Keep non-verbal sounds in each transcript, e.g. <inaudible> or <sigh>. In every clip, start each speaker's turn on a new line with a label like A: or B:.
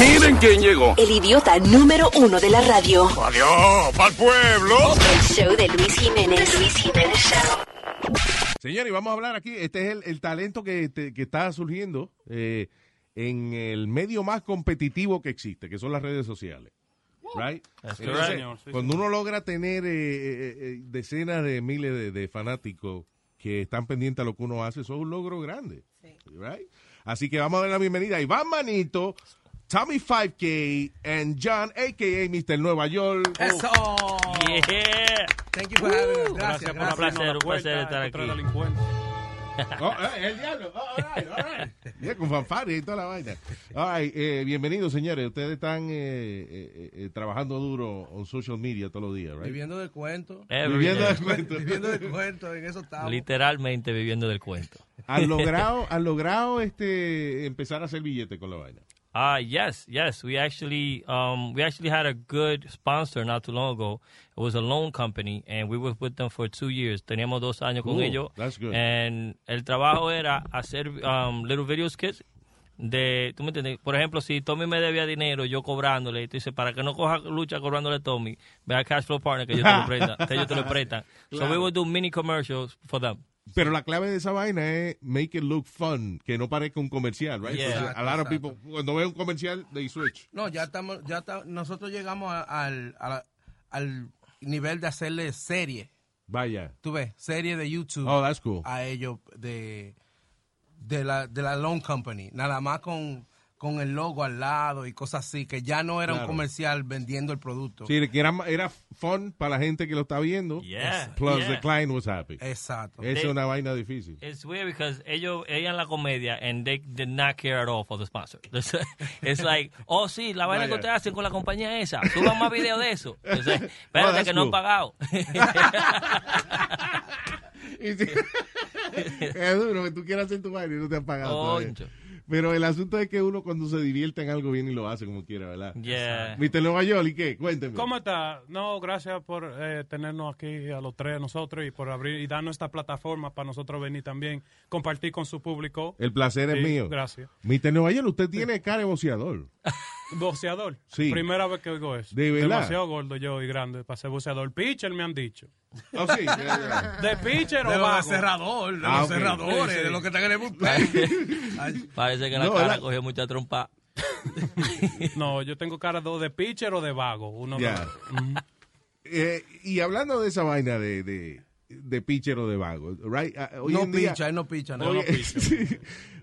A: Miren quién llegó.
B: El idiota número uno de la radio.
A: Adiós, pa'l pueblo.
B: El show de Luis Jiménez. The Luis Jiménez Show.
C: Señores, vamos a hablar aquí. Este es el, el talento que, te- que está surgiendo eh, en el medio más competitivo que existe, que son las redes sociales. Right? Entonces, cuando uno logra tener eh, eh, eh, decenas de miles de, de fanáticos que están pendientes a lo que uno hace, eso es un logro grande. Right? Así que vamos a dar la bienvenida a Iván Manito, Tommy 5K, and John, a.k.a. Mr. Nueva York.
D: Eso.
E: Yeah.
D: Thank you for having us. Gracias,
E: Gracias por un
D: gracias.
E: placer, un placer estar aquí.
C: Oh, eh, el diablo. Oh, all right, all right. Mira, con fanfare y toda la vaina. All right, eh, bienvenidos, señores. Ustedes están eh, eh, eh, trabajando duro en social media todos los días, right?
D: Viviendo del cuento.
E: Every
C: Viviendo
E: day.
C: del cuento.
D: Viviendo del cuento, en eso estamos.
E: Literalmente viviendo del cuento.
C: ¿Han logrado, han logrado este, empezar a hacer billetes con la vaina?
E: Ah, yes, yes. We actually, um, we actually had a good sponsor not too long ago. It was a loan company, and we were with them for two years. Teníamos dos años con
C: Cool.
E: ellos.
C: That's good.
E: And el trabajo era hacer um, little video skits de, ¿tú me entiendes? Por ejemplo, si Tommy me debía dinero, yo cobrándole, tú dices, para que no coja lucha cobrándole a Tommy, ve a Cash Flow Partner que yo te
C: <laughs>
E: lo presta, que ellos te lo prestan. So we would do mini commercials for them.
C: Pero la clave de esa vaina es make it look fun, que no parezca un comercial, right?
E: Yeah.
C: Entonces, a lot of people, cuando ven un comercial, they switch.
D: No, ya estamos, ya está- nosotros llegamos a- al, a la- al nivel de hacerle serie.
C: Vaya.
D: Tú ves, serie de YouTube
C: Oh, that's cool.
D: a ellos de, de la, de la Loan Company. Nada más con, con el logo al lado y cosas así, que ya no era
C: Claro.
D: un comercial vendiendo el producto.
C: Sí, que era, era fun para la gente que lo está viendo.
E: Yeah,
C: Plus
E: yeah.
C: the client was happy.
D: Exacto.
C: Esa es
E: They-
C: una vaina difícil.
E: It's weird because ellos, ella en la comedia, and they did not care at all for the sponsor. <laughs> It's,
C: <laughs>
E: it's like, oh sí, la vaina que
C: Vaya.
E: ustedes hacen con la compañía esa, suban más videos de eso.
C: <laughs>
E: It's like,
C: Oh,
E: espérate
C: that's
E: que no
C: cool. <laughs>
E: han pagado. <laughs>
C: Y sí. <laughs> es duro que tú quieras hacer tu baile y no te han pagado. todavía.
E: Concho.
C: Pero el asunto es que uno cuando se divierte en algo bien y lo hace como quiera, ¿verdad?
E: Yeah.
C: Mr. Nueva York, ¿y qué? Cuénteme.
F: ¿Cómo está? No, gracias por eh, tenernos aquí a los tres nosotros y por abrir y darnos esta plataforma para nosotros venir también, compartir con su público.
C: El placer
F: Sí,
C: es mío.
F: Gracias.
C: Mr. Nueva York, usted tiene cara de boceador.
F: Boxeador.
C: Sí.
F: Primera vez que oigo eso.
C: ¿De verdad?
F: Demasiado gordo yo y grande para ser boxeador. Pitcher me han dicho.
C: Oh, sí. Ya,
F: <laughs>
C: ya.
F: De pitcher
D: De
F: o
D: los
F: vago.
D: cerradores, de
C: Ah,
D: los
C: ok.
D: cerradores,
F: Sí, sí.
D: de los que están en el bullpen. Ay,
E: Parece que la
C: No,
E: cara
C: la-
E: cogió mucha trompa.
F: No, yo tengo cara de, de pitcher o de vago. Uno de
C: Ya.
F: los- Ujú.
C: Eh, y hablando de esa vaina de, de, de pitcher o de vago, right? Ah, hoy
D: No
C: en día-
D: picha, él no picha. No,
F: Oye,
D: no
C: <laughs>
D: picha.
C: Sí.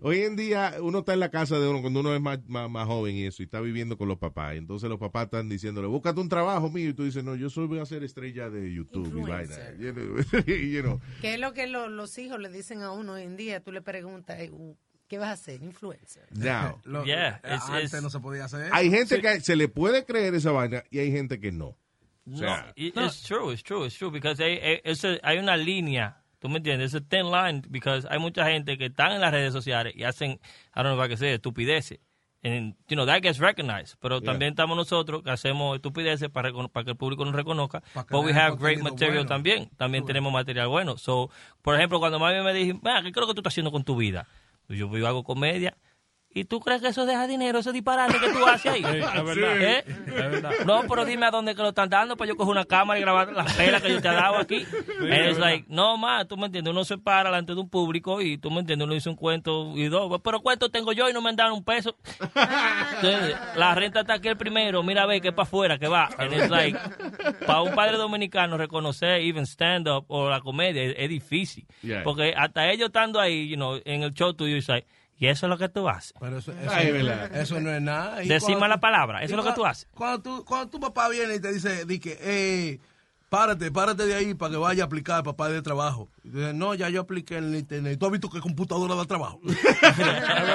C: Hoy en día uno está en la casa de uno cuando uno es más, más, más joven y eso, y está viviendo con los papás. Entonces los papás están diciéndole, búscate un trabajo mío. Y tú dices, no, yo soy, voy a ser estrella de YouTube
G: Influencer.
C: y vaina. You know. <laughs>
G: ¿Qué es lo que lo- los hijos le dicen a uno hoy en día? Tú le preguntas, eh, uh, ¿qué vas a hacer? Influencer.
E: <laughs>
C: Now,
D: <laughs> Lo-
E: Yeah,
D: eh,
E: it's-
D: antes
E: it's-
D: no se podía hacer.
C: hay gente que se le puede creer esa vaina y hay gente que no. O
E: No,
C: sea,
E: it- it's true, it's true, it's true, because hay, hay- es a- hay una línea, ¿tú me entiendes? Es a thin line, because hay mucha gente que están en las redes sociales y hacen, I don't know if I can say, estupideces. And, you know, that gets recognized. Pero
C: Yeah.
E: también estamos nosotros que hacemos estupideces para, recono- para que el público nos reconozca.
D: Pa' que
E: But we
D: vean
E: have great
D: contenido
E: material
D: bueno.
E: también. También tenemos material bueno. So, por ejemplo, cuando mami me dijo, "Ma, ¿qué creo que tú estás haciendo con tu vida? Yo, yo hago comedia. ¿Y tú crees que eso deja dinero, ese disparate que tú haces ahí?
F: Sí,
E: <laughs>
F: es verdad.
E: ¿Eh?
F: Es verdad.
E: No, pero dime a dónde que lo están dando para yo coger una cámara y grabar las pelas que yo te he dado aquí. And it's like, no, más, tú me entiendes, uno se para delante de un público y tú me entiendes, uno dice un cuento y dos, pero cuento tengo yo y no me han dado un peso. Entonces, la renta está aquí el primero, mira, ve que es para afuera, que va. And it's like, para un padre dominicano reconocer even stand-up o la comedia es, es difícil.
C: Yeah.
E: Porque hasta ellos estando ahí, you know, en el show tuyo, it's like, y eso es lo que tú haces.
D: Pero eso, eso,
C: Ay, verdad.
D: eso no es nada. Y
E: Decir
D: cuando
E: mala
D: tú-
E: palabra, eso
D: y
E: es lo que
D: cua-
E: tú haces.
D: Cuando, tú, cuando tu papá viene y te dice, di que, eh, párate, párate de ahí para que vaya a aplicar papá de trabajo. Y dice, no, ya yo apliqué en el internet. ¿Tú has visto que computadora da
E: <laughs>
D: trabajo?
F: <laughs> Es verdad, es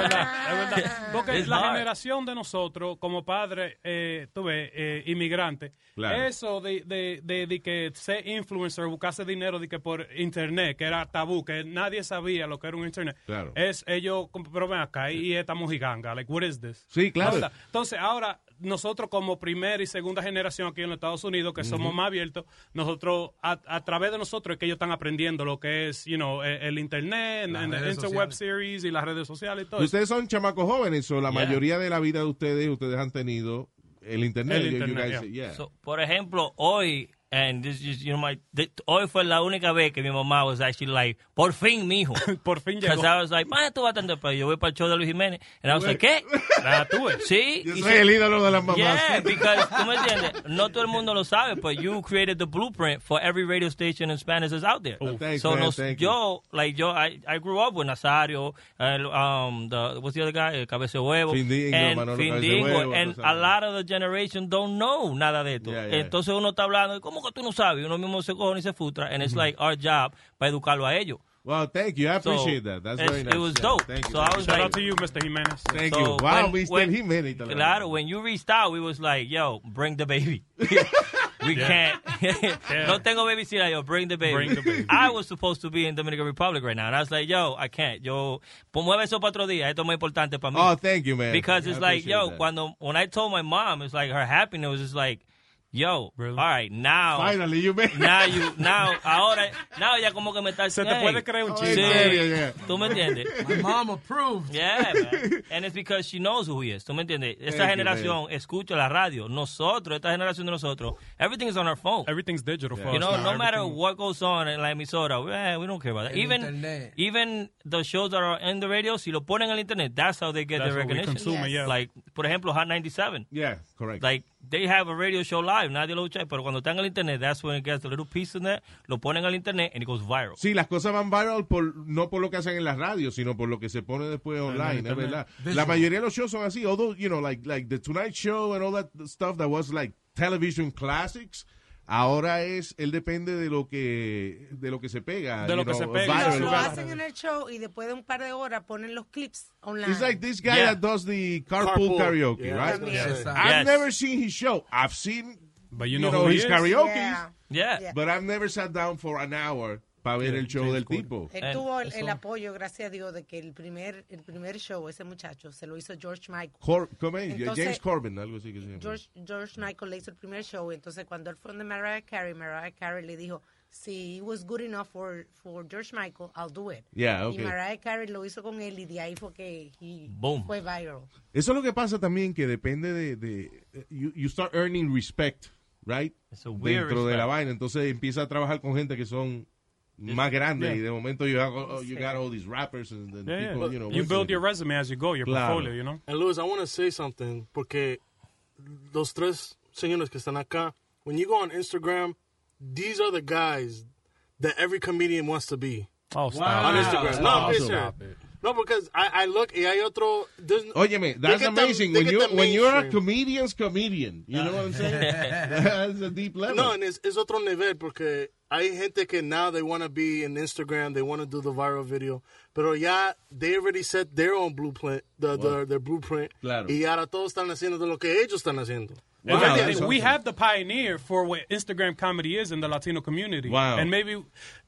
F: verdad. Porque
E: It's
F: la
E: hard.
F: generación de nosotros, como padres, eh, tú ves, eh, inmigrantes,
C: Claro.
F: eso de, de, de, de que ser influencer, buscarse dinero de que por internet, que era tabú, que nadie sabía lo que era un internet,
C: Claro.
F: es ellos, como, pero ven acá, y esta mojiganga, like, what is this?
C: Sí, claro.
F: Onda. Entonces, ahora, nosotros como primera y segunda generación aquí en los Estados Unidos, que somos más abiertos, nosotros, a, a través de nosotros es que ellos están aprendiendo lo que es, you know, eh, el internet,
D: Las
F: and the
D: redes
F: interweb
D: sociales.
F: series y las redes sociales y todo eso.
C: Ustedes son chamacos jóvenes, o la
E: Yeah.
C: mayoría de la vida de ustedes, ustedes han tenido el internet.
F: El
C: You- you
F: internet,
C: guys-
F: yeah.
C: yeah.
E: So, por ejemplo, hoy, and this is, you know, my, th- hoy fue la única vez que mi mamá was actually like, por fin,
C: <laughs>
E: mijo.
F: Por fin llegó.
E: Because I was like, "Maje, tú vas a atender, pero yo voy para el show de Luis Jiménez. And I was like, ¿qué?
C: <laughs>
F: Ah, tú ves.
E: Sí.
C: Yo
E: y
C: soy
E: sí.
C: el ídolo de las mamás.
E: Yeah, because, tú me entiendes, no todo el mundo lo sabe, but you created the blueprint for every radio station in Spanish that's out there.
C: Oh, thanks,
E: so
C: man,
E: nos-
C: thank you.
E: yo, like yo, I, I grew up with Nazario, and, um, the, what's the other guy? El Cabeza de Huevo.
C: Findingo,
E: and
C: Manolo Cabeza de
E: Findingo,
C: Huevo,
E: and
C: tú
E: a
C: sabes.
E: lot of the generation don't know nada de esto.
C: Yeah, yeah.
E: Entonces uno está hablando, ¿cómo que tú no sabes? Uno mismo se coge y se frustra, and it's like our job para educarlo a ellos.
C: Well, thank you. I
E: So,
C: appreciate that. That's
E: it's-
C: very nice.
E: It was
C: Yeah,
E: dope.
C: Thank you.
E: So I was
F: Shout
E: like,
F: out to you, Mr. Jiménez.
C: Thank
E: So,
C: you. Wow,
E: when-
C: we still
E: when-
C: Jiménez. te lo
E: Claro,
C: digo.
E: when you reached out, we was like, yo, bring
C: <laughs>
E: the baby. <laughs> we
F: <laughs>
E: can't. no tengo babysitter, yo, bring the baby.
F: Bring the baby.
E: I was supposed to be in Dominican Republic right now, and I was like, yo, I can't. Yo, pues mueve eso para otro día. Esto es muy importante para mí.
C: Oh, thank you, man.
E: because it's
C: I
E: like,
C: appreciate
E: yo,
C: that.
E: cuando, when I told my mom, it's like her happiness was just like, yo, all right, now.
C: Finally, you
E: <laughs>
C: made
E: Now you, now, ahora, now ya como que me está
F: Se te
E: hey.
F: puede creer un
C: Oh,
F: chiste.
C: en serio, yeah.
E: ¿Tú me entiendes?
D: My mom approved.
E: Yeah, man. And it's because she knows who he is. ¿Tú me entiendes? Esta
C: Thank you,
E: generación escucha la radio. Nosotros, esta generación de nosotros, everything is on our phone.
F: Everything's digital for
E: you
F: us
E: know,
F: now.
E: no matter
F: Everything-
E: what goes on en la emisora, eh, we don't care about that.
D: El
E: Even,
D: internet.
E: even the shows that are in the radio, si lo ponen en el internet, that's how they get
F: That's
E: their
F: what we
E: recognition.
F: consume, Yes. yeah.
E: Like, por ejemplo, Hot 97.
C: Yeah, correct.
E: Like, they have a radio show live, nadie lo escucha, pero cuando está en el internet, that's when it gets a little piece in there, lo ponen al internet and it goes viral.
C: Sí, las cosas van viral por, no por lo que hacen en las radios, sino por lo que se pone después online, es verdad. La mayoría de los shows son así, although, you know, like, like The Tonight Show and all that stuff that was like television classics, ahora es, él depende de lo que, de lo que se pega.
F: De lo
C: you
F: que
C: know,
F: se pega.
G: No,
C: viral.
G: lo
F: Claro.
G: hacen en el show y después de un par de horas ponen los clips online.
C: It's like this guy
E: Yeah.
C: that does the
A: Carpool.
C: carpool, karaoke,
A: Yeah.
C: right?
G: También. Yeah.
D: Exacto.
C: I've
E: Yes.
C: never seen his show. I've seen,
F: But you know who he
C: his
F: is.
C: karaoke,
G: Yeah.
E: Yeah.
G: Yeah.
C: but I've never sat down for an hour para ver el show del tipo.
G: Él
E: Eh,
G: tuvo el,
E: eso-
G: el apoyo, gracias a Dios, de que el primer, el primer show, ese muchacho, se lo hizo George Michael.
C: Cor ¿cómo es?
G: Entonces-
C: James Corbin, algo así que se llama.
G: George, George Michael le hizo el primer show. Entonces, cuando él fue donde Mariah Carey, Mariah Carey le dijo, si it was good enough for, for George Michael, I'll do it.
C: Yeah, okay.
G: Y Mariah Carey lo hizo con él y de ahí fue que he
E: Boom.
G: fue viral.
C: Eso es lo que pasa también, que depende de... de you, you start earning respect, right?
E: It's a weird
C: Dentro de la
E: respect.
C: vaina. Entonces empieza a trabajar con gente que son más grandes y de momento you, have, oh, you got all these rappers and then
F: Yeah, yeah.
C: people, you know...
F: you
C: what's
F: build
C: it?
F: your resume as you go, your
C: Claro.
F: portfolio, you know.
H: And Luis, I want to say something porque los tres señores que están acá, when you go on Instagram, these are the guys that every comedian wants to be
F: Oh, stop.
H: on Instagram. No, I'm
C: awesome.
H: serious. No, because I, I look, y hay otro. there's- They
C: Óyeme, that's
H: get them-
C: amazing.
H: they
C: when,
H: get
C: you,
H: them
C: when you're a
H: mainstream.
C: comedian's comedian, you know what I'm
D: <laughs>
C: saying? that's a deep level.
H: No, and it's, it's otro nivel porque hay gente que now they want to be in Instagram, they want to do the viral video, pero ya they already set their own blueprint, the, their, their blueprint.
C: Claro.
H: Y ahora todos están haciendo de lo que ellos están haciendo.
F: If
C: Wow,
F: anything,
C: that's
F: we
C: awesome.
F: have the pioneer for what Instagram comedy is in the Latino community.
C: Wow.
F: And maybe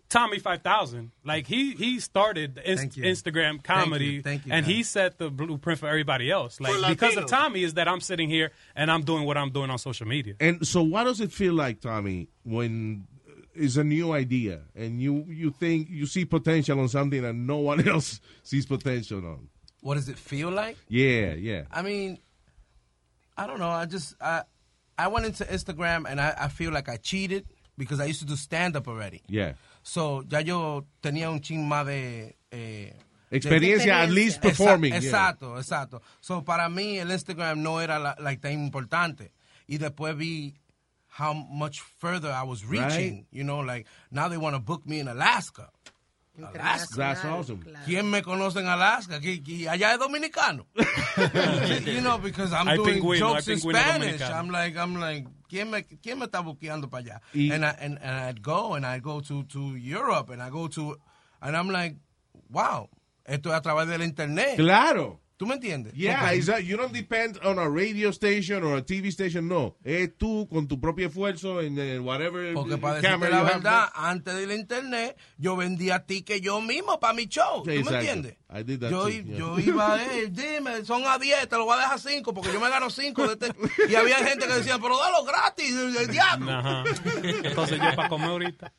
F: Tommy 5000. Like, he, he started the inst-
D: Thank you.
F: Instagram comedy,
D: Thank you,
F: and
D: Tommy.
F: he set the blueprint for everybody else. Like,
H: For
F: because of
H: Latinos.
F: Tommy is that I'm sitting here and I'm doing what I'm doing on social media.
C: And so, what does it feel like, Tommy, when it's a new idea and you you think you see potential on something and no one <laughs> else sees potential on?
D: What does it feel like?
C: Yeah, yeah.
D: I mean, I don't know. I just I I went into Instagram and I, I feel like I cheated because I used to do stand up already.
C: Yeah.
D: So ya yo tenía un ching más de eh,
C: Experiencia, at least
D: Exa-
C: performing. yeah.
D: Exacto, exacto. So, para mí, el Instagram no era la, like, tan importante. Y después vi how much further I was reaching.
C: Right.
D: You know, like, now they want to book me in Alaska.
G: Internacional,
C: That's awesome.
G: claro.
D: ¿Quién me conoce en Alaska? ¿Qui- qui- allá
F: <laughs>
D: es dominicano. you know, because I'm
F: Hay
D: doing
F: pingüino,
D: jokes
F: hay
D: in
F: pingüino
D: Spanish.
F: dominicano.
D: I'm like, I'm like, ¿quién me, quién me está buqueando para allá?
C: Y-
D: and, I, and, and I'd go, and I go to, to Europe, and I go to, and I'm like, wow, esto es a través del internet.
C: Claro.
D: ¿Tú me entiendes?
C: Yeah,
D: Porque-
C: it's a- you don't depend on a radio station or a TV station, no. Es tú con tu propio esfuerzo en eh, whatever
D: Porque
C: eh,
D: para decirte
C: camera
D: la
C: you have.
D: verdad, antes del internet, yo vendía tickets yo mismo para mi show.
C: Sí,
D: ¿Tú me
C: exacto.
D: entiendes?
C: I did that
D: yo,
C: too, yeah.
D: yo iba a él, dime, son a 10, te lo voy a dejar 5, porque yo me gano 5 de este. Y había gente que decía, pero dalo gratis, el, el diablo.
E: <laughs>
F: Ajá. Entonces yo para comer ahorita.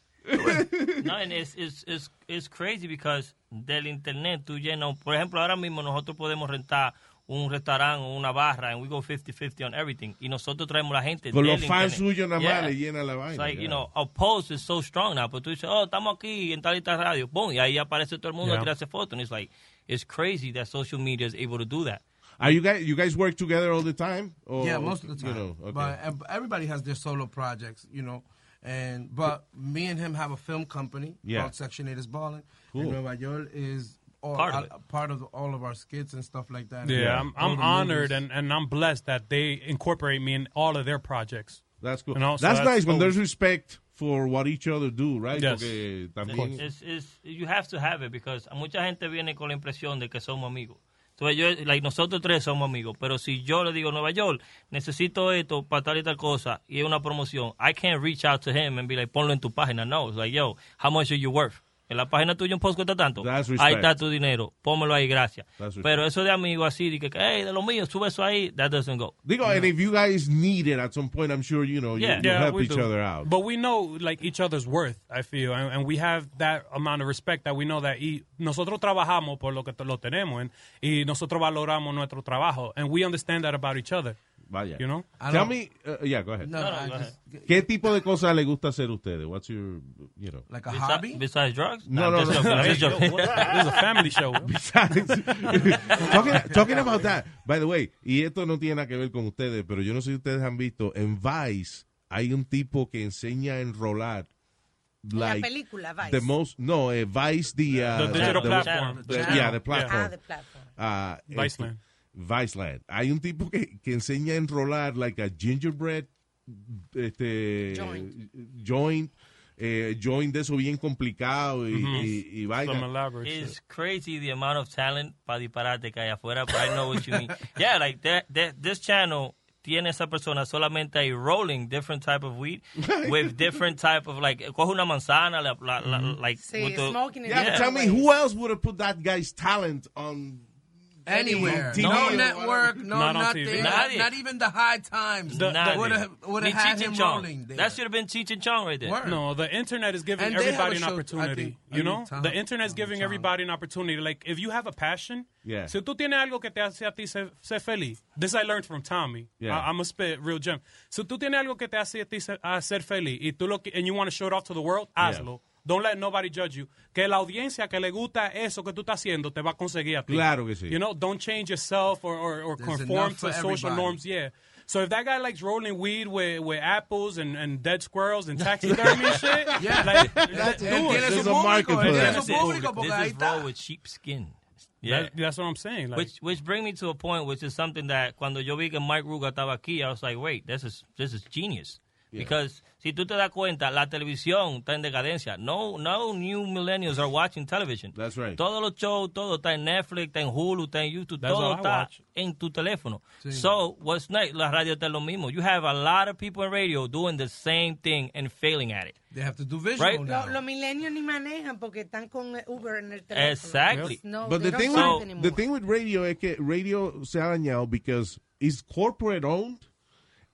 E: No, and it's, it's, it's, it's crazy because del internet tú llenas, por ejemplo, ahora mismo nosotros podemos rentar un restaurante o una barra and we go 50-50 on everything y nosotros traemos la gente
C: Con
E: del
C: los fans
E: internet.
C: suyos nada más
E: Yeah.
C: le llena la vaina.
E: It's like, you
C: yeah.
E: know, a post is so strong now, pero tú dices, oh, estamos aquí en tal y tal radio, boom, y ahí aparece todo el mundo
F: Yeah.
E: a tirarse fotos and it's like, it's crazy that social media is able to do that.
C: Are you guys you guys work together all the time? Or,
D: yeah, most of the
C: You
D: time.
C: know, okay.
D: But ev- everybody has their solo projects, you know. And but me and him have a film company
C: Yeah.
D: called Section Eight is Ballin.
C: Cool.
D: And Nueva York is all,
E: Part of
D: all- part of the- all of our skits and stuff like that.
F: Yeah, I'm, I'm
D: All the
F: honored and,
D: movies.
F: and I'm blessed that they incorporate me in all of their projects.
C: That's cool.
F: You know, so
C: that's,
F: that's
C: nice when
F: cool.
C: there's respect for what each other do, right?
F: Yes.
C: Porque también-
E: It's, it's- you have to have it because mucha gente viene con la impresión de que somos amigos. Entonces, yo, like, nosotros tres somos amigos, pero si yo le digo, Nueva York, necesito esto para tal y tal cosa, y es una promoción, I can't reach out to him and be like, ponlo en tu página. No, it's like, yo, how much are you worth? En la página tuya un post cuesta tanto.
C: That's
E: ahí
C: respect.
E: está tu dinero, pómelo ahí, gracias.
C: That's respect.
E: Pero eso de amigo así, de que, hey, de lo mío, sube eso ahí, that doesn't go.
C: Digo, and if you guys need it at some point, I'm sure you know you-
E: Yeah.
C: you,
E: Yeah,
C: help
F: we
C: each
F: do.
C: other out.
F: But we know like each other's worth, I feel, and, and we have that amount of respect that we know that y nosotros trabajamos por lo que te- lo tenemos and, y nosotros valoramos nuestro trabajo and we understand that about each other.
C: Vaya.
F: You know? Ah.
D: I
C: Tell
D: don't-
C: me, uh, yeah, go ahead.
D: No, no, I just,
C: ¿Qué tipo de cosas le gusta hacer a ustedes? What's your, you know?
D: like a
E: Besi-
D: hobby.
E: Besides drugs?
C: No, no,
E: I'm
C: no.
E: just joking,
C: <laughs>
E: I'm just joking.
F: This is a family show.
C: talking, talking about that, by the way, y esto no tiene nada que ver con ustedes, pero yo no sé si ustedes han visto, en Vice hay un tipo que enseña a enrolar.
G: La
C: Like,
G: película, Vice. Ah,
C: the most, no, eh, Vice, the, uh,
F: The digital
C: the-
F: platform.
C: the- yeah, the platform.
G: Ah, de platform.
C: Ah, este,
F: Viceland.
C: Viceland. Hay un tipo que, que enseña a enrolar like a gingerbread este,
G: Joint.
C: joint, eh, joint de eso bien complicado y, y- y vaina.
F: Some elaborate shit.
E: It's crazy the amount of talent para disparate que hay afuera, but I know what you mean.
D: <laughs>
E: yeah, like that, that, this channel tiene esa persona solamente ahí rolling different type of
D: <laughs>
E: weed with different type of like coge una manzana la, la, la,
D: Mm-hmm.
E: like
G: Sí,
E: with the-
G: smoking in
C: Yeah, but
G: different
C: tell me,
G: ways.
C: who else would have put that guy's talent on?
D: anywhere.
C: TV
D: no
C: or
D: network, no
F: Not on
D: nothing.
F: TV.
D: Not,
E: Nadie.
D: not even the high times.
E: the- the-
D: would have would
E: Ni
D: have had
E: Cheech and
D: him
E: Chong.
D: rolling there.
E: That should have been Cheech and Chong right there.
D: Word.
F: No, the internet is giving
D: And they have
F: everybody
D: a
F: an
D: show, I
F: opportunity.
D: think,
F: you
D: every
F: know,
D: time.
F: the internet's
D: Every
F: giving
D: time.
F: everybody an opportunity. Like if you have a passion,
C: Yeah.
F: Si tú tienes algo que te hace a ti ser, ser feliz. This I learned from Tommy.
C: Yeah.
F: I, I'm a spit real gem. Si tú tienes algo que te hace a ti ser, a ser feliz y tú lo que- and you want to show it off to the world, hazlo. Don't let nobody judge you. Que la audiencia que le gusta eso que tú estás haciendo te va a conseguir a ti.
C: Claro que sí.
F: You know, don't change yourself or, or, or
D: There's
F: conform
D: enough for
F: to social
D: everybody.
F: norms. Yeah. So if that guy likes rolling weed with, with apples and, and dead squirrels and taxidermy and shit, yeah, like, do
D: Él
F: it.
D: tiene
C: There's
D: su
C: a market
D: público,
C: for
D: él
C: that.
D: tiene
E: This
D: su
E: is,
D: público porque ahí
E: this is raw
D: está.
E: with sheepskin. Yeah.
F: That- that's what I'm saying. Like,
E: Which which bring me to a point, which is something that cuando yo vi que Mike Ruga estaba aquí, I was like, wait, this is this is genius. Because si tú te das cuenta, la televisión está en decadencia. No, no new millennials are watching television.
C: That's right.
E: Todos los shows, todo está en Netflix, está en Hulu, está en YouTube,
F: That's
E: todo
F: what I
E: está
F: watch.
E: en tu teléfono. So, what's next? La radio está lo mismo. You have a lot of people in radio doing the same thing and failing at it.
D: They have to do visual
E: Right?
D: now.
C: Ah.
G: Lo- Los milenios ni manejan porque están con eh, Uber en el teléfono. Pues,
E: Exactly.
G: No,
C: But
G: they
C: the
G: don't
C: thing,
G: drive
C: with,
G: anymore.
C: the thing with radio es que radio se ha dañado because it's corporate owned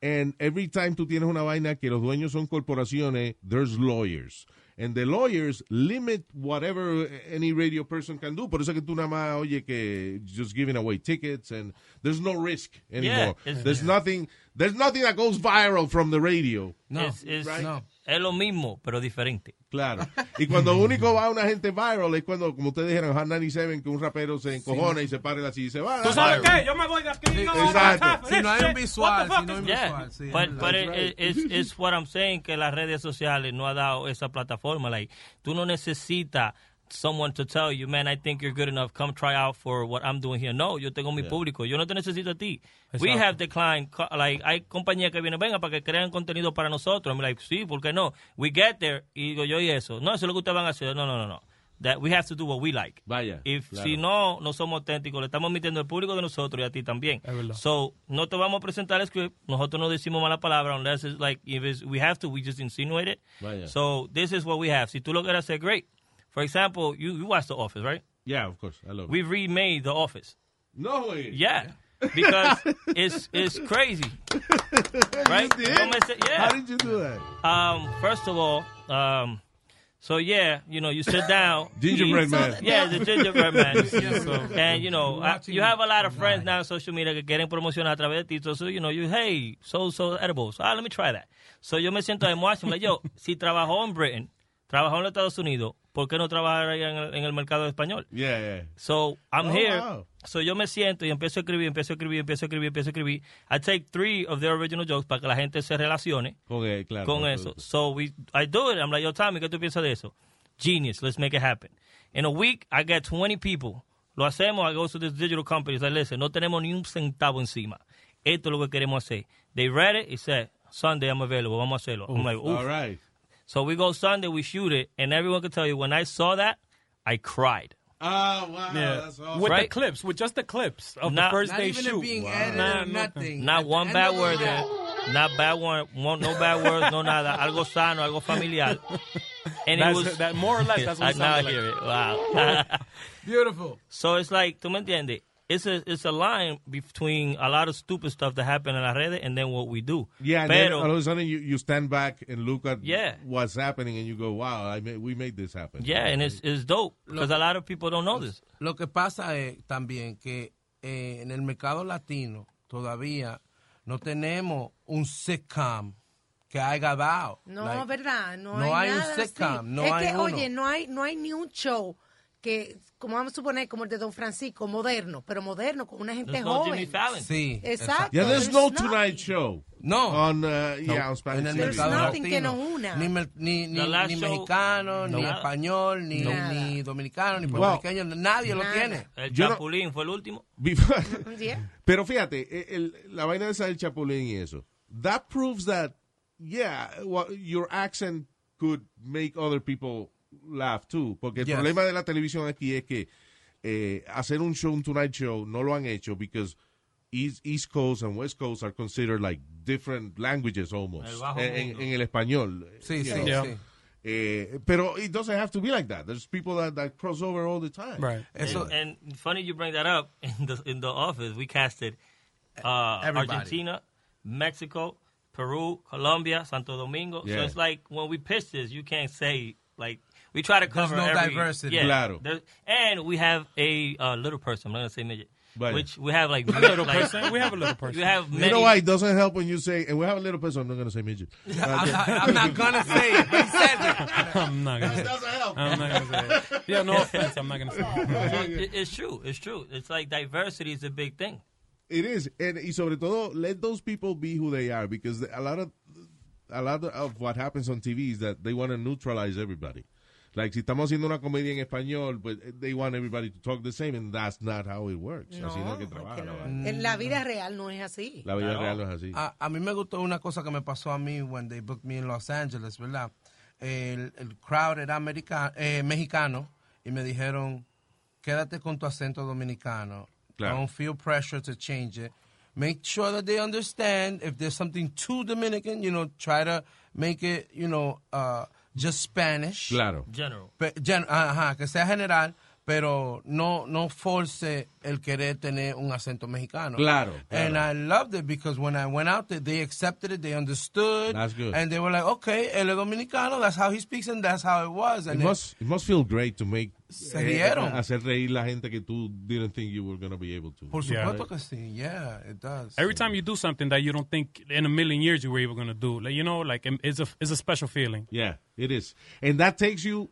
C: and every time tú tienes una vaina que los dueños son corporaciones, there's lawyers. And the lawyers limit whatever any radio person can do. Por eso que tú nada más oye que just giving away tickets and there's no risk anymore.
E: it's-
C: there's nothing there's nothing that goes viral from the radio.
D: No,
E: It's- it's-
D: no.
E: Es lo mismo, pero diferente.
C: Claro. Y
E: Mm.
C: cuando único va una gente viral es cuando, como ustedes dijeron, Hot 97, que un rapero se encojona y se para la silla y se va.
F: ¿Tú sabes qué? Yo me voy de aquí. no,
C: Exacto.
F: no, no, no,
D: Si no hay
F: shit,
D: un visual,
F: what the fuck
D: si no hay
F: is-
D: un
E: Yeah,
D: visual. Sí, es
E: but,
D: verdad.
E: but it, it- it's, it's what I'm saying, que las redes sociales no ha dado esa plataforma. Like, tú no necesitas someone to tell you, man, I think you're good enough. Come try out for what I'm doing here. No, yo tengo mi público. Yo no te necesito a ti. We
F: Exacto.
E: have declined. co- Like, hay compañías que vienen, venga, para que creen contenido para nosotros. I'm like, sí, ¿por qué no? We get there. Y digo yo, y eso. No, eso es lo que ustedes van a hacer. No, no, no, no. That we have to do what we like.
C: Vaya,
E: If-
C: claro.
E: Si no, no somos auténticos. Le estamos mintiendo al público de nosotros y a ti también.
F: Es verdad.
E: So, no te vamos a presentar el script. Nosotros no decimos mala palabra unless it's like, if it's- we have to, we just insinuate it.
C: Vaya.
E: So, this is what we have. Si tú lo quieres hacer, great. For example, you, you watch The Office, right?
C: Yeah, of course. I love it.
E: We remade The Office.
C: No way.
E: Yeah.
C: <laughs>
E: Because it's it's crazy. Right?
C: You did?
E: No me se- yeah.
C: How did you do that?
E: Um, first of all, um, so yeah, you know,
C: <laughs>
E: you sit down.
C: Gingerbread man.
E: Yeah, the
C: <laughs>
E: gingerbread man.
F: So,
E: And you know, I, you have a lot of friends now on social media que quieren promocionar a través de ti. So, you know, you hey, so so edibles. Ah, let me try that. So yo me siento ahí, I'm watching,
C: <laughs>
E: like, yo, si trabajó en Britain, trabajó en los Estados Unidos, ¿por qué no trabajar ahí en el, en el mercado español?
C: Yeah, yeah.
E: So I'm
C: Oh,
E: here.
C: wow.
E: So yo me siento y empiezo a escribir, empiezo a escribir, empiezo a escribir, empiezo a escribir. I take three of their original jokes para que la gente se relacione
C: Con, eh, claro,
E: con
C: con
E: eso.
C: todo.
E: So we, I do it. I'm like, yo, Tommy, ¿qué tú piensas de eso? Genius. Let's make it happen. In a week, I get 20 people. Lo hacemos. I go to this digital company. It's like, listen, no tenemos ni un centavo encima. Esto es lo que queremos hacer. They read it. It said, Sunday I'm available. Vamos a hacerlo. I'm like, oof.
C: All right.
E: So we go Sunday. We shoot it. And everyone can tell you, when I saw that, I cried.
C: Ah, wow.
F: yeah.
C: That's awesome.
F: With the
E: Right?
F: clips, with just the clips of
E: Not-
F: the first
D: Not
F: day
D: even it
F: shoot.
D: being edited
F: Nah,
D: or
F: nothing.
D: nothing.
E: Not
D: At
E: one
D: the
E: bad
D: end of
E: word
D: the
E: there.
D: day,
E: Not bad word. one- No bad words, no nada. Algo sano, algo familiar. And
F: That's,
E: it was.
F: that, more or less, that's what
E: <laughs> I
F: it
E: now
F: sounded like.
E: hear it.
F: <laughs>
E: Wow.
D: Beautiful.
E: so it's like, tú me entiendes? It's a, it's a line between a lot of stupid stuff that happened in las redes and then what we do.
C: Yeah, and then
E: Pero,
C: all of a sudden you, you stand back and look at
E: Yeah.
C: what's happening and you go, wow, I made, we made this happen.
E: yeah, and it's, it's dope because a lot of people don't know this.
D: Lo que pasa es también que eh, en el mercado latino todavía no tenemos un sitcom que haya dado.
G: No,
D: Like,
G: verdad, no,
D: no
G: hay,
D: hay un
G: nada así.
D: sitcom, no
G: es
D: hay
G: que,
D: uno.
G: oye, no hay, no hay ni un show que, como vamos a suponer, como el de Don Francisco, moderno, pero moderno, con una gente
E: There's no
G: joven.
E: Jimmy Fallon.
D: Sí.
G: Exacto.
C: Yeah, there's
G: There's
C: no
G: nothing.
C: Tonight Show
D: No.
C: on, uh, yeah, on Spanish
D: en el
C: TV.
D: mercado
G: nothing
D: latino.
G: que nos una.
D: Ni, mel- ni, ni,
E: The last
D: ni
E: show-
D: mexicano, ni
E: Nada.
D: español, ni,
G: Nada.
D: ni dominicano, ni
C: Wow.
D: puertorriqueño. Nadie lo
G: Nada.
D: tiene.
E: El
C: Yo no-
E: Chapulín fue el último.
C: Before-
G: Yeah.
C: Pero fíjate, e, el- el- la vaina esa del Chapulín y eso. That proves that, yeah, wha- your accent could make other people laugh too. Porque el
D: Yes.
C: problema de la televisión aquí es que eh, hacer un show, un Tonight Show, no lo han hecho because East, East Coast and West Coast are considered like different languages almost.
E: El bajo
C: en, en-
E: mundo.
C: en el español.
D: Sí,
C: you
D: sí,
C: know.
F: Yeah.
D: sí.
C: Eh, pero it doesn't have to be like that. There's people that, that cross over all the time.
F: Right.
D: Eso,
E: and, and funny you bring that up. <laughs> In the in the office, we casted uh,
D: Everybody.
E: Argentina, Mexico, Peru, Colombia, Santo Domingo. So
C: Yeah.
E: it's like when we pitch this, you can't say like we try to
D: There's
E: cover
D: no
E: every-
D: diversity.
E: Yeah,
C: Claro.
E: there- and we have a uh, little person. I'm not gonna say midget,
C: Vaya.
E: which we have like
F: Little
E: like,
F: person. We have a little person.
E: You have many.
C: You know why it doesn't help when you say, and we have a little person, I'm not going to say midget.
D: I'm, not, I'm not gonna say it. but He says
F: <laughs>
D: it.
F: I'm not gonna say. I'm not gonna say. it. Yeah, no offense. I'm not gonna say. it.
E: It- It's true. It's true. It's like diversity is a big thing.
C: It is, and y sobre todo, let those people be who they are, because a lot of a lot of what happens on TV is that they want to neutralize everybody. Like si estamos haciendo una comedia en español, but they want everybody to talk the same, and that's not how it works.
G: No,
C: así no es que
G: porque
C: trabaja.
G: no.
C: la vaina.
G: En la vida real no es así.
C: La vida real no es así.
D: A, a mí me gustó una cosa que me pasó a mí when they booked me in Los Angeles, ¿verdad? El, el crowd era america- eh, mexicano y me dijeron, quédate con tu acento dominicano.
C: Claro.
D: Don't feel pressure to change it. Make sure that they understand if there's something too Dominican, you know, try to make it, you know, uh, just Spanish.
C: Claro.
E: General.
D: Pe- gen- ajá, que sea general, pero no no force el querer tener un acento mexicano.
C: Claro, claro.
D: And I loved it because when I went out there, they accepted it, they understood.
C: That's good.
D: And they were like, okay, el dominicano, that's how he speaks and that's how it was.
C: It
D: And
C: must, it must feel great to make eh,
D: Se rieron.
C: hacer reír la gente que tú didn't think you were going to be able to.
D: por
F: Yeah.
D: supuesto que sí, yeah, it does.
F: Every time you do something that you don't think in a million years you were even gonna do, like you know, like it's a it's a special feeling.
C: Yeah, it is. And that takes you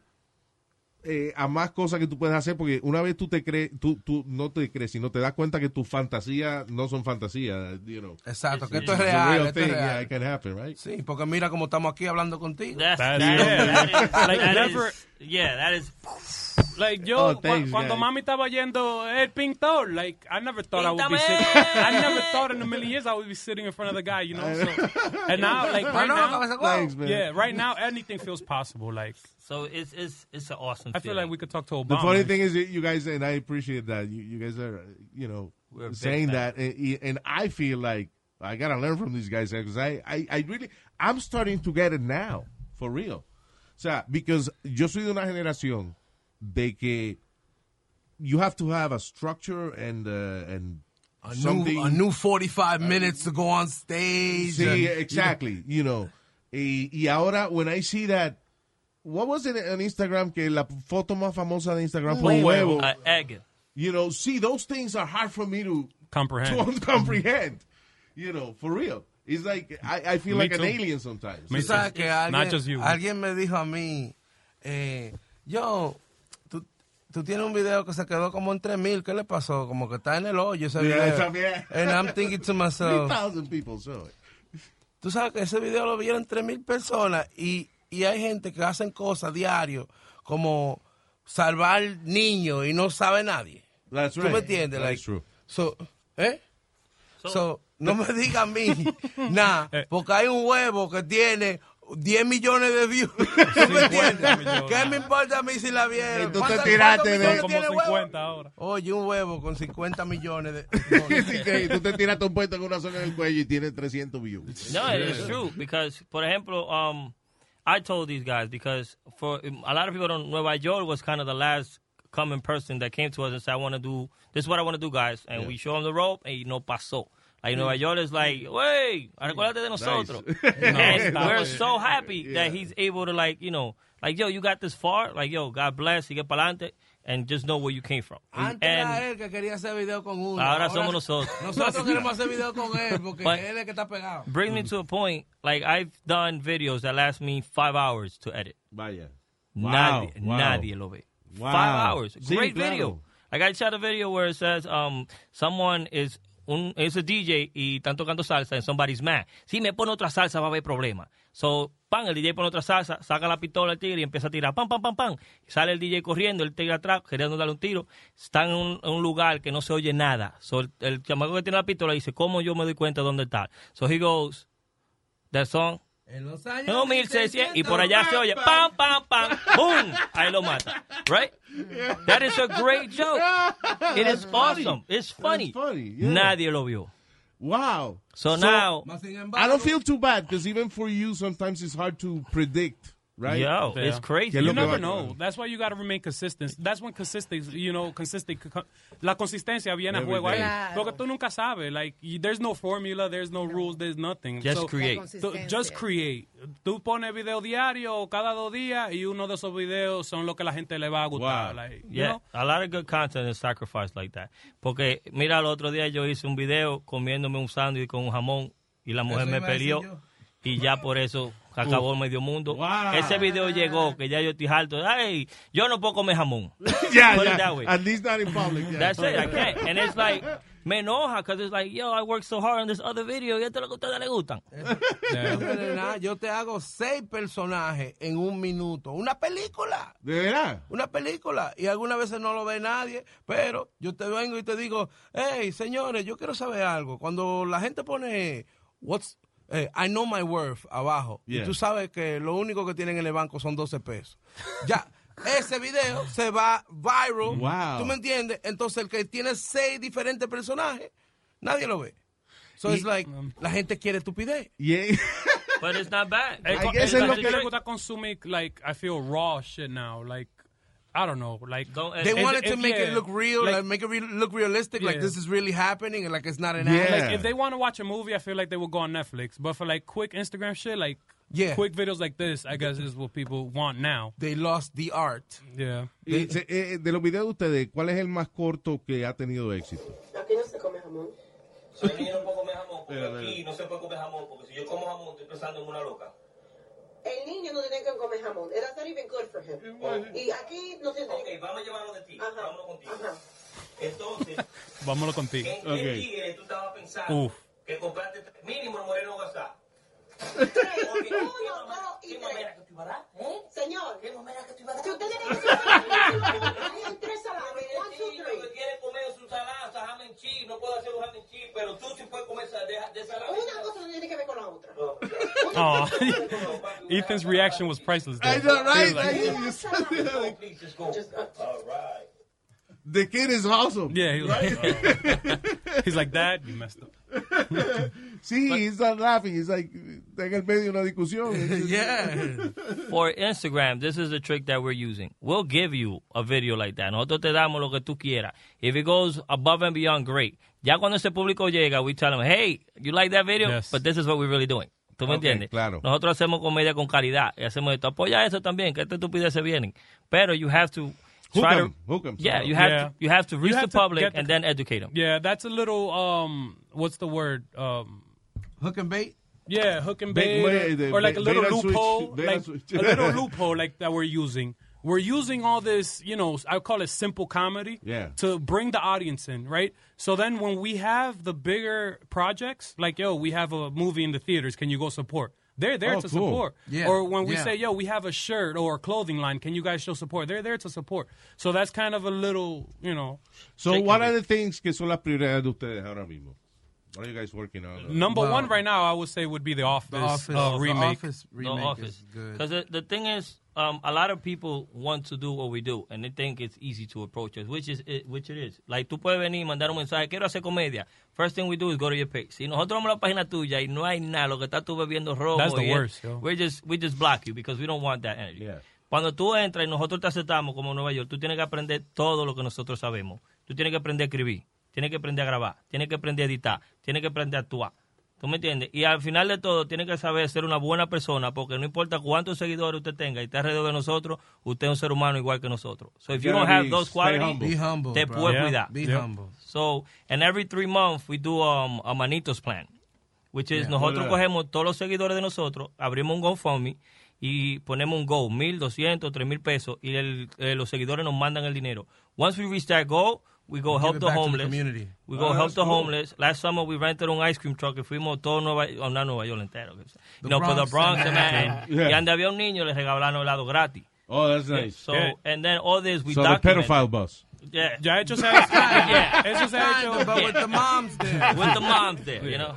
C: eh, a más cosas que tú puedes hacer porque una vez tú te crees, tú, tú no te crees, sino te das cuenta que tus fantasías no son fantasías, you know.
D: Exacto, que esto es
E: It's
C: It's a
D: real,
C: real
D: esto es
C: thing, yeah,
D: real.
C: it can happen, right?
D: Sí, porque mira como estamos aquí hablando contigo.
E: That's,
F: That's-
E: that is-
F: yeah.
E: that is-
F: Like,
E: that
F: never-
E: is- yeah, that is
F: Like yo,
C: Oh,
F: cua-
C: thanks,
F: cuando
C: guys.
F: mami estaba yendo el pintor, like I never thought I would be
E: Píntame.
F: sitting. I never thought in a million years I would be sitting in front of the guy, you know. So,
C: <laughs>
F: and now, like right
D: no,
F: now,
D: cabeza, wow.
C: Thanks, man.
F: yeah, right now anything feels possible. Like
E: So it's it's it's an awesome.
F: I feel like we could talk to Obama.
C: The funny thing is, that you guys, and I appreciate that. You, you guys are, you know,
E: We're big
C: saying that, and, and I feel like I gotta learn from these guys because I, I, I really, I'm starting to get it now, for real. O sea, because yo soy de una generación de que you have to have a structure and uh, and
D: A
C: something.
D: new, a new 45 minutes to go on stage. and-
C: Sí, exactly. You know. Y, y ahora, when I see that, what was it on Instagram? Que la foto más famosa de Instagram fue un huevo.
E: an egg.
C: You know, see, those things are hard for me to
F: Comprehend.
C: <laughs>
F: Mm-hmm.
C: To comprehend. You know, for real. It's like I, I feel
F: Me
C: like
F: too.
C: an alien sometimes.
F: Me-
D: Tú sabes que
F: It's not
D: alguien,
F: just you.
D: alguien me dijo a mí, eh, yo, tú, tú tienes un video que se quedó como en 3000, ¿qué le pasó? Como que está en el hoyo ese
C: Yeah,
D: video.
C: también.
D: And I'm thinking to
C: <laughs>
D: myself,
C: 3,000 people saw it.
D: tú sabes que ese video lo vieron 3000 personas y, y hay gente que hacen cosas diario como salvar niños y no sabe nadie.
C: That's right.
D: ¿Tú me entiendes?
C: That's
D: Like, <laughs>
C: true.
D: So, ¿eh? So, no me diga
C: <laughs>
D: a mí nada,
C: Eh.
D: porque hay un huevo que tiene 10 millones de views. <laughs> ¿Tú me entiendes?
F: millones.
D: ¿Qué me importa a mí si la vieron?
C: Y tú te
D: ¿Cuántos-
C: tiraste
D: cuántos
C: de-
D: millones
F: como
D: tiene el huevo?
F: 50 ahora.
D: Oye, un huevo con
C: <laughs>
D: 50 millones de... no,
C: Así que tú te tiras un puesto con una soga en el cuello y tienes 300 views.
E: No, it's true because, for example, um, I told these guys because for a lot of people don't Nueva York was kind of the last coming person that came to us and said, "I want to do this is what I want to do, guys," and we show them the rope and you know pasó. Like Nueva York is like, "Hey, recuérdate de nosotros," and
F: No, stop
E: we're
F: it.
E: so happy that he's able to like you know like yo, you got this far, like yo, God bless, you get palante, and just know where you came from.
D: Antes era
E: and
D: él que quería hacer video con uno.
E: Ahora somos Pues nosotros. <laughs>
D: Nosotros queremos hacer video con él porque
E: But-
D: él es el que está pegado.
E: bring me to a point like I've done videos that last me five hours to edit.
C: Vaya.
E: Nadie,
C: wow.
E: nadie lo ve.
C: Wow.
E: Five hours.
C: Sí,
E: Great
C: claro.
E: video. Like I shot a video where it says um, someone is un, es a DJ y están tocando salsa and somebody's mad. Si me pone otra salsa va a haber problema. So, pan, el DJ pone otra salsa, saca la pistola al tigre y empieza a tirar. Pam, pam, pam, pam. Sale el DJ corriendo, el tigre atrás, queriendo darle un tiro. Está en un, en un lugar que no se oye nada. So, el, el chamaco que tiene la pistola dice, ¿cómo yo me doy cuenta dónde está? So he goes, that song,
D: En los años...
E: no, 1600 y por allá se oye pam, pam, pam, boom, ahí lo mata. Right? That is a great joke. It is awesome. It's funny.
C: funny, yeah.
E: Nadie lo vio.
C: Wow.
E: So, now,
D: Mas sin
C: I
D: embargo,
C: don't feel too bad because even for you, sometimes it's hard to predict, right?
E: yo, it's crazy.
C: Que lo
F: You
C: que
F: never
C: va-
F: know. That's why you got to remain consistent. That's when consistency, you know, consistent. La consistencia viene a
C: Every
F: juego ahí.
C: day.
G: Claro.
F: Porque tú nunca sabes. Like, you- there's no formula, there's no rules, there's nothing.
E: Just
F: So,
E: create.
F: So, just create. Tú pones video diario o cada dos días y uno de esos videos son lo que la gente le va a gustar.
C: Wow.
F: Like, you
E: Yeah,
F: know?
E: a lot of good content is sacrificed like that. Porque, mira, el otro día yo hice un video comiéndome un sándwich con un jamón y la mujer
D: Eso
E: me
D: iba a decir
E: peleó
D: yo.
E: y ya por eso acabó el medio mundo.
C: Wow.
E: Ese video llegó que ya yo estoy harto. Ay, yo no puedo comer jamón.
C: Yeah,
E: Put it
C: yeah.
E: that way.
C: At least not in
F: <laughs>
C: public. yeah.
E: That's it. I can't. And it's like, me enoja because it's like, yo, I worked so hard on this other video y esto es lo que a ustedes les gustan.
D: no tiene nada. yo te hago seis personajes en un minuto. Una película.
C: De verdad.
D: Una película. Y algunas veces no lo ve nadie. Pero yo te vengo y te digo, hey, señores, yo quiero saber algo. Cuando la gente pone, what's, eh, I know my worth abajo.
C: Yeah.
D: Y tú sabes que lo único que tienen en el banco son 12 pesos. Ya. Ese video se va viral.
C: Wow.
D: ¿Tú me entiendes? Entonces el que tiene seis diferentes personajes, nadie lo ve. So it's like, la gente quiere estupidez.
F: <laughs>
C: Yeah.
E: But it's not bad.
F: Eh,
C: I
F: co-
C: guess
F: eh,
C: es lo
F: a ti
C: que-
F: le gusta consumir, like, I feel raw shit now. Like, I don't know. Like,
E: Don't- eh,
D: They
E: eh,
F: want-
D: wanted to
F: if-
D: make it
F: yeah,
D: look real,
F: like-
D: like, make it re- look realistic, like
F: Yeah.
D: this is really happening, and like it's not an
C: Yeah.
D: act.
F: like, if they want to watch a movie, I feel like they will go on Netflix. But for like quick Instagram shit, like
D: Yeah.
F: quick videos like this, I guess is what people want now.
D: They lost the art.
F: Yeah.
C: <laughs> Y se- eh, de los videos de ustedes, ¿cuál es el más corto que ha tenido éxito?
E: Soy que yo no puedo comer jamón porque aquí no se puede comer jamón porque si yo como jamón estoy pensando en una loca.
I: El niño no tiene que comer jamón. That's not even good for him. Y aquí no se
E: Ok, vamos a llevarlo de ti, vámonos contigo.
C: <laughs>
E: Entonces,
F: Vámonos
D: <laughs>
F: contigo.
E: ¿en qué
C: Ok.
E: tigre tú estabas pensando
F: Uf.
E: que compraste mínimo el Moreno Gazá?
I: tres, uno, dos y tres. Señor, si usted tiene que ser hay hay tres saladas. One, two, three. Una cosa no tiene que ver con la otra.
F: Aw. <laughs> Ethan's reaction was priceless. there.
C: I know, right?
F: He was like,
C: I- The kid is awesome.
F: yeah, he was like, <laughs> he's like, Dad, you messed up.
C: Sí, he's not laughing. He's like, está en el medio de una discusión.
D: Yeah.
E: For Instagram, this is the trick that we're using. We'll give you a video like that. Nosotros te damos lo que tú quieras. If it goes above and beyond, great. Ya cuando ese público llega, we tell them, hey, you like that video?
F: Yes.
E: But this is what we're really doing. ¿Tú me
C: Ok,
E: entiendes?
C: claro.
E: Nosotros hacemos comedia con calidad. Y hacemos esto. Apoya eso también, que estas estupideces vienen. Pero you have to...
C: Hook
E: try
C: 'em,
E: to,
C: hook 'em
E: yeah,
C: somehow.
E: you have
F: Yeah.
E: to you have to
F: You
E: reach
F: have
E: the
F: to
E: public
F: get the-
E: and then educate them.
F: Yeah, that's a little, um, what's the word? Um,
D: Hook and bait.
F: Yeah, hook and
C: Bait-
F: bait,
C: bait- the
F: or, or like a
C: bait-
F: little
C: bait and switch,
F: loophole,
C: bait and
F: like
C: switch.
F: a
C: <laughs>
F: little loophole like that we're using. We're using all this, you know, I call it simple comedy,
C: Yeah.
F: to bring the audience in, right? So then when we have the bigger projects, like yo, we have a movie in the theaters, can you go support? They're there
C: Oh,
F: to
C: cool.
F: support.
D: Yeah,
F: Or when we
D: yeah.
F: say, yo, we have a shirt or a clothing line, can you guys show support? They're there to support. So that's kind of a little, you know,
C: So,
F: Shaking
C: what are the things que son las prioridades de ustedes ahora mismo? What are you guys working on?
F: number
D: Wow.
F: one right now, I would say would be the Office,
D: The office.
F: uh,
D: The
F: remake.
D: office
E: the
D: remake
E: office.
D: is good.
E: Because the, the thing is, um, a lot of people want to do what we do, and they think it's easy to approach us, which is it, which it is. Like tú puedes venir y mandar un mensaje, quiero hacer comedia. First thing we do is go to your page. Si nosotros vamos a la página tuya y no hay nada, lo que estás tú bebiendo rojo,
F: That's the
E: y es-
F: worst, yo.
E: we just we just block you because we don't want that energy.
C: Yeah.
E: Cuando tú entras y nosotros te aceptamos como Nueva York, tú tienes que aprender todo lo que nosotros sabemos. Tú tienes que aprender a escribir, tienes que aprender a grabar, tienes que aprender a editar, tienes que aprender a actuar. ¿Tú me entiendes? Y al final de todo, tienes que saber ser una buena persona, porque no importa cuántos seguidores usted tenga y esté alrededor de nosotros, usted es un ser humano igual que nosotros. So if you
C: Gotta
E: don't have
C: be-
E: those
C: stay humble.
E: qualities,
D: Be humble.
E: te
D: bro.
E: puedes
F: Yeah.
E: cuidar.
D: Be
F: Yeah.
D: humble.
E: So, and every three months we do um, a manitos plan, which is nosotros
C: Hola.
E: cogemos todos los seguidores de nosotros, abrimos un GoFundMe y ponemos un Go, mil, doscientos, tres mil pesos y el- eh, los seguidores nos mandan el dinero. Once we reach that goal, we go
D: Give
E: help
D: it
E: the
D: back to the
E: homeless.
D: community.
E: We go help the homeless. Last summer we rented an ice cream truck y fuimos todo Nueva York, no Nueva York entero. no, pero the
D: Bronx
E: Bronx,
D: and
E: Manhattan.
C: <laughs> Yeah.
E: Y donde había un niño le regalaron helado gratis.
C: Oh, that's nice.
E: So, and then all this we
C: so the
E: document.
C: pedophile bus.
E: Yeah.
F: Ya eso se ha hecho.
E: <laughs> Yeah.
F: Eso se ha
D: Kinda,
F: hecho.
D: but with the moms there.
E: With the moms there, you <laughs> know?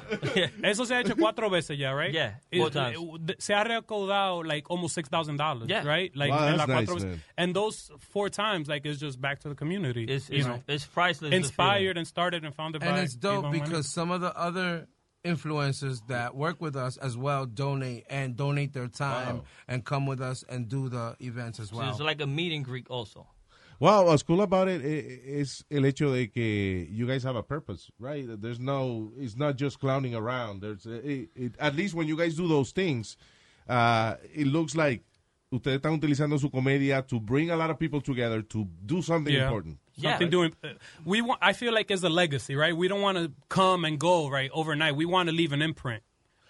F: Eso se ha
D: <laughs>
F: hecho cuatro veces ya, right?
E: Yeah,
F: It-
E: four times.
F: it- se ha recaudado like almost six thousand dollars,
E: Yeah.
F: right? Like
C: Wow,
F: en
C: that's
F: las cuatro
C: nice,
F: veces.
C: man.
F: And those four times, like, it's just back to the community.
E: It's
F: you
E: it's,
F: know?
E: it's priceless. the feeling.
F: inspired and started and founded by.
D: And it's
F: Iván
D: dope
F: Manuel.
D: because some of the other influencers that work with us as well donate and donate their time and come with us and do the events as
E: So
D: well.
E: It's like a meet and greet also.
C: Wow, what's cool about it i- is el hecho de que you guys have a purpose, right? There's no, it's not just clowning around. There's, it, it, at least when you guys do those things, uh, it looks like ustedes están utilizando su comedia to bring a lot of people together to do something
F: Yeah.
C: important.
E: Yeah.
F: Something doing. uh, We want. I feel like it's a legacy, right? We don't want to come and go right overnight. We want to leave an imprint.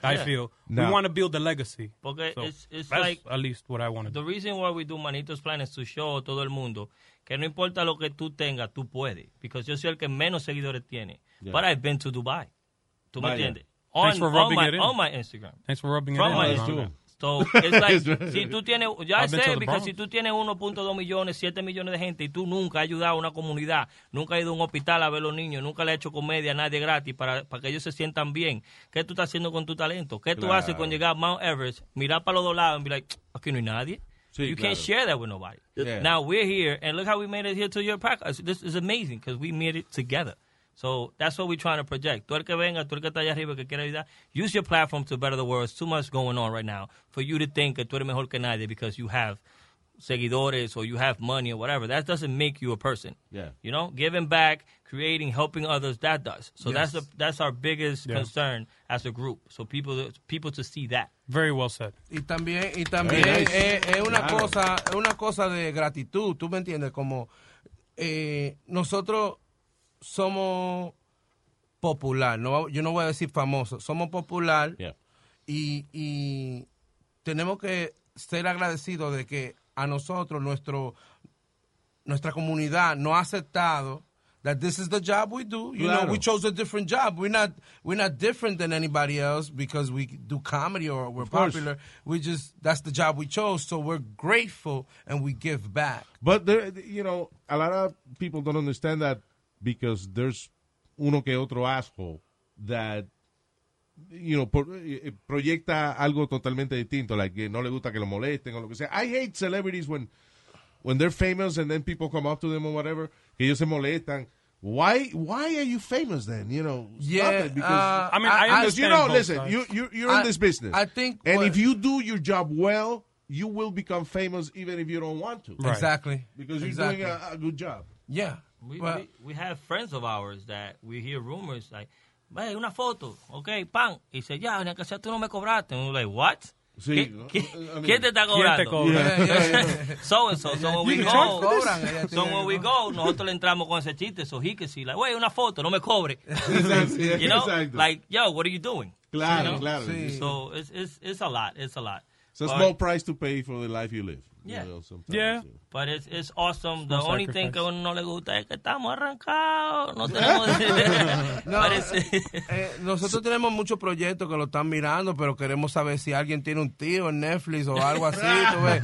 F: I
E: Yeah.
F: feel
C: No.
F: we want to build the legacy.
E: Porque it's- it's
F: that's
E: like-
F: at least what I want to
E: The
F: do.
E: reason why we do Manitos Plan is to show a todo el mundo que no importa lo que tú tengas, tú puedes. Because yo soy el que menos seguidores tiene. But I've been to Dubai. ¿Tú me
C: Vaya.
E: entiendes?
F: Thanks for rubbing
E: on my,
F: it in.
E: on my Instagram.
F: Thanks for rubbing
E: From
F: it
E: my
F: in.
C: That's
F: Iván.
C: true.
E: So, it's
C: <laughs>
E: like,
C: That's right.
E: si tú tienes, ya
F: I've been to
E: sé,
F: the
E: because
F: Bronx.
E: si tú tienes 1.2 millones, 7 millones de gente y tú nunca has ayudado a una comunidad, nunca has ido a un hospital a ver a los niños, nunca le has hecho comedia a nadie gratis para, para que ellos se sientan bien, ¿qué tú estás haciendo con tu talento? ¿Qué tú
C: Claro.
E: haces con llegar a Mount Everest, mirar para los dos lados y be like, aquí no hay nadie?
C: Sí,
E: you
C: claro.
E: can't share that with nobody.
C: Yeah.
E: Now we're here, and look how we made it here to your podcast. This is amazing because we made it together. So that's what we're trying to project. Tú el que venga, tú el que está allá arriba, que quiera ayudar, use your platform to better the world. It's too much going on right now for you to think que tú eres mejor que nadie because you have seguidores or you have money or whatever. That doesn't make you a person.
C: Yeah.
E: You know, giving back, creating, helping others, that does. So that's the, that's our biggest concern as a group. So people people to see that.
F: Very well said.
D: Y también, y también
C: Very nice.
D: es, es una
C: Claro.
D: cosa, es una cosa de gratitud, tú me entiendes, como eh, nosotros somos popular, no, yo no voy a decir famoso, somos popular
C: Yeah.
D: y, y tenemos que ser agradecidos de que a nosotros, nuestro, nuestra comunidad nos ha aceptado, that this is the job we do. You know,
C: Claro.
D: we chose a different job. We're not we're not different than anybody else because we do comedy or we're
C: course.
D: popular. We just that's the job we chose, so we're grateful and we give back.
C: But there, you know, a lot of people don't understand that because there's uno que otro asshole that you know por- eh, proyecta algo totalmente distinto, like que no le gusta que lo molesten o lo que sea. I hate celebrities when when they're famous and then people come up to them or whatever, que ellos se molestan. Why why are you famous then? You know, stop
D: Yeah,
C: it, because
D: uh, I mean, I
C: because you
D: understand
C: know,
D: both
C: listen,
D: sides.
C: you you you're in
D: I-
C: this business.
D: I think
C: and
D: what-
C: if you do your job well, you will become famous even if you don't want to.
F: Right.
D: Exactly.
C: Because you're
D: exactly.
C: doing a, a good <laughs> job.
D: Yeah.
E: We,
D: Well-
E: we, we have friends of ours that we hear rumors like, hey, una foto, okay, pan. Y dice, ya, en el que sea tú no me cobraste. And we're like, what?
C: Sí,
E: ¿Qué-
C: no,
E: qué-
C: I mean-
E: ¿Quién te está
F: ¿Quién te
E: cobrando?
F: cobra?
D: Yeah, yeah,
C: <laughs>
D: yeah.
E: <laughs> So and so. So when we
D: You
E: go,
D: charge for this?
E: so when we go, nosotros le entramos con ese chiste. So he can see, like, wait, una foto, no me cobre. <laughs> You know, like, yo, what are you doing?
C: claro,
E: you know?
C: claro.
D: Sí.
C: It's
E: So it's, it's, it's a lot. It's a lot.
C: a
E: But-
C: small price to pay for the life you live. you
E: Yeah.
C: know, sometimes,
F: Yeah.
C: so.
E: But it's, it's awesome. The
F: Small
E: only thing
F: sacrifice.
E: que a uno no le gusta es que estamos arrancados. No tenemos. <laughs>
D: No.
E: But it's-
D: Eh, nosotros tenemos muchos proyectos que lo están mirando, pero queremos saber si alguien tiene un tío en Netflix o
C: <laughs>
D: algo así, tú ves,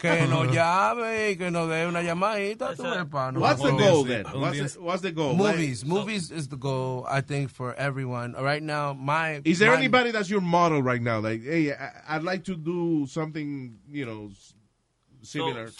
D: que nos llame y que nos dé una llamadita, tú ves, pa, no,
C: What's the
D: no.
C: goal then? What's the, what's the goal? Like,
D: Movies, movies is the goal, I think, for everyone. Right now, my
C: is there
D: my-
C: anybody that's your model right now? Like, hey, I, I'd like to do something, you know, s- similar.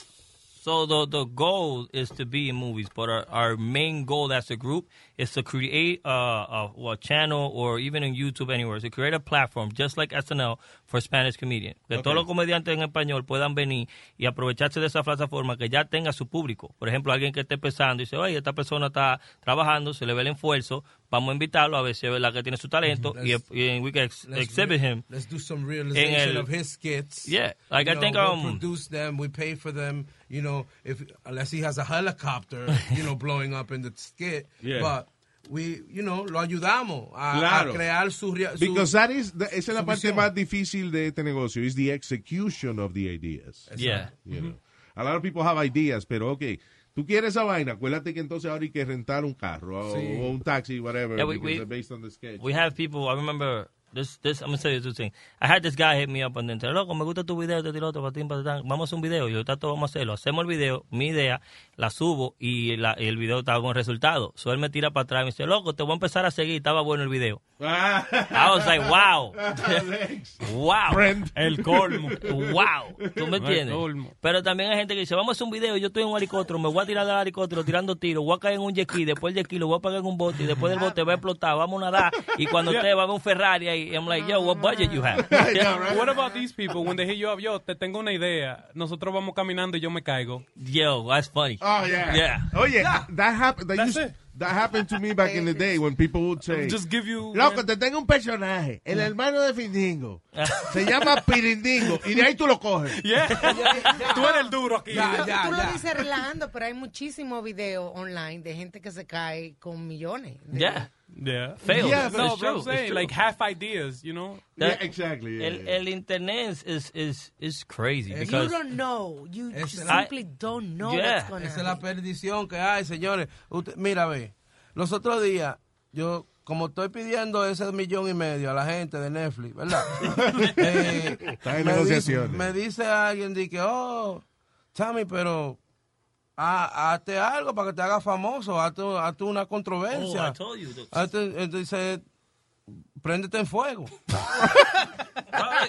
E: So the the goal is to be in movies, but our, our main goal as a group is to create a, a, well, a channel or even in YouTube anywhere to create a platform just like SNL for Spanish comedians. Que todos los comediantes en español puedan venir y aprovecharse de esa plataforma que ya tenga su público. Por ejemplo, alguien que esté empezando y dice, oye, esta persona está trabajando, se le ve el esfuerzo, vamos a invitarlo a ver si es verdad que tiene su talento y, e, y we can ex-
D: Let's
E: exhibit
D: re-
E: him.
D: Let's do some realization
E: el-
D: of his skits.
E: Yeah, like,
D: You
E: I
D: know,
E: think,
D: we'll
E: um,
D: produce them. We pay for them. You know, if unless he has a
E: <laughs>
D: helicopter, you know, blowing up in the skit.
C: Yeah.
D: But we, you know, lo ayudamos a,
C: Claro.
D: a crear su, rea- su-
C: Because that is, the, esa es la
D: su
C: parte
D: visión.
C: más difícil de este negocio, is the execution of the ideas.
E: Yeah.
C: You know. A lot of people have ideas, pero ok, tú quieres esa vaina, acuérdate que entonces ahora hay que rentar un carro o, o un taxi, whatever,
E: Yeah, we-
C: because
E: we-
C: based on the sketch. <laughs>
E: We have people. I remember this. This I'm gonna tell you two things. I had this guy hit me up on the internet. Loco, me gusta tu video, te tiro otro, patín, patatán. Vamos a hacer un video. Yo trato, vamos a hacerlo. Hacemos el video, mi idea, la subo y la- el video está buen resultado. So él me tira para atrás y me dice, loco, te voy a empezar a seguir. Estaba bueno el video. I was like, wow, <laughs>
C: Alex.
E: wow.
C: Friend.
F: El colmo.
E: Wow, tú me entiendes.
F: colmo.
E: Pero también hay gente que dice, vamos a hacer un video, yo estoy en un helicóptero, me voy a tirar del helicóptero tirando tiros, voy a caer en un jet ski, después del jet ski lo voy a pagar en un bote, y después del bote va a explotar, vamos a nadar, y cuando usted va a ver un Ferrari ahí, I'm like, yo, what budget you have?
F: What about these people when they hit you up? Yo, te tengo una idea. Nosotros vamos caminando y yo me caigo.
E: Yo, that's funny.
C: Oh yeah.
E: Yeah.
C: Oh yeah. That happened. That,
F: That's
C: used,
F: it.
C: that happened to me back in the day when people would say,
F: Just give you.
C: "Loco, te tengo un personaje, el hermano de
E: <laughs>
C: Findingo. Se llama Pirindingo y de ahí tú lo coges."
F: Yeah. Tú <laughs> eres el duro aquí.
D: Ya, ya,
G: Tú lo
D: ya.
G: dices relajando, pero hay muchísimos videos online de gente que se cae con millones. de-
E: Yeah,
F: Yeah.
E: fail.
C: Yeah, but
F: No,
E: It's
F: but I'm
E: true, it's
F: saying,
E: true.
F: like half ideas, you know?
C: Yeah,
E: That-
C: exactly. yeah,
E: el,
C: yeah.
E: el internet is, is, is crazy
G: You
E: because
G: don't know. You
D: Esa es la-
G: simply don't know
E: Yeah.
G: what's going
D: Esa es la
G: on.
D: perdición que hay, señores. Usted- mira, ve, los otros días, yo, como estoy pidiendo ese millón y medio a la gente de
C: <laughs>
D: Netflix, ¿verdad? Eh,
C: Está en
D: me
C: negociaciones.
D: dice- Me dice alguien, de que, oh, Tommy, pero ah, hazte algo para que te haga famoso, hazte, hazte una
E: oh,
D: controversia.
E: I told you. the-
D: Hazte- entonces, préndete en fuego.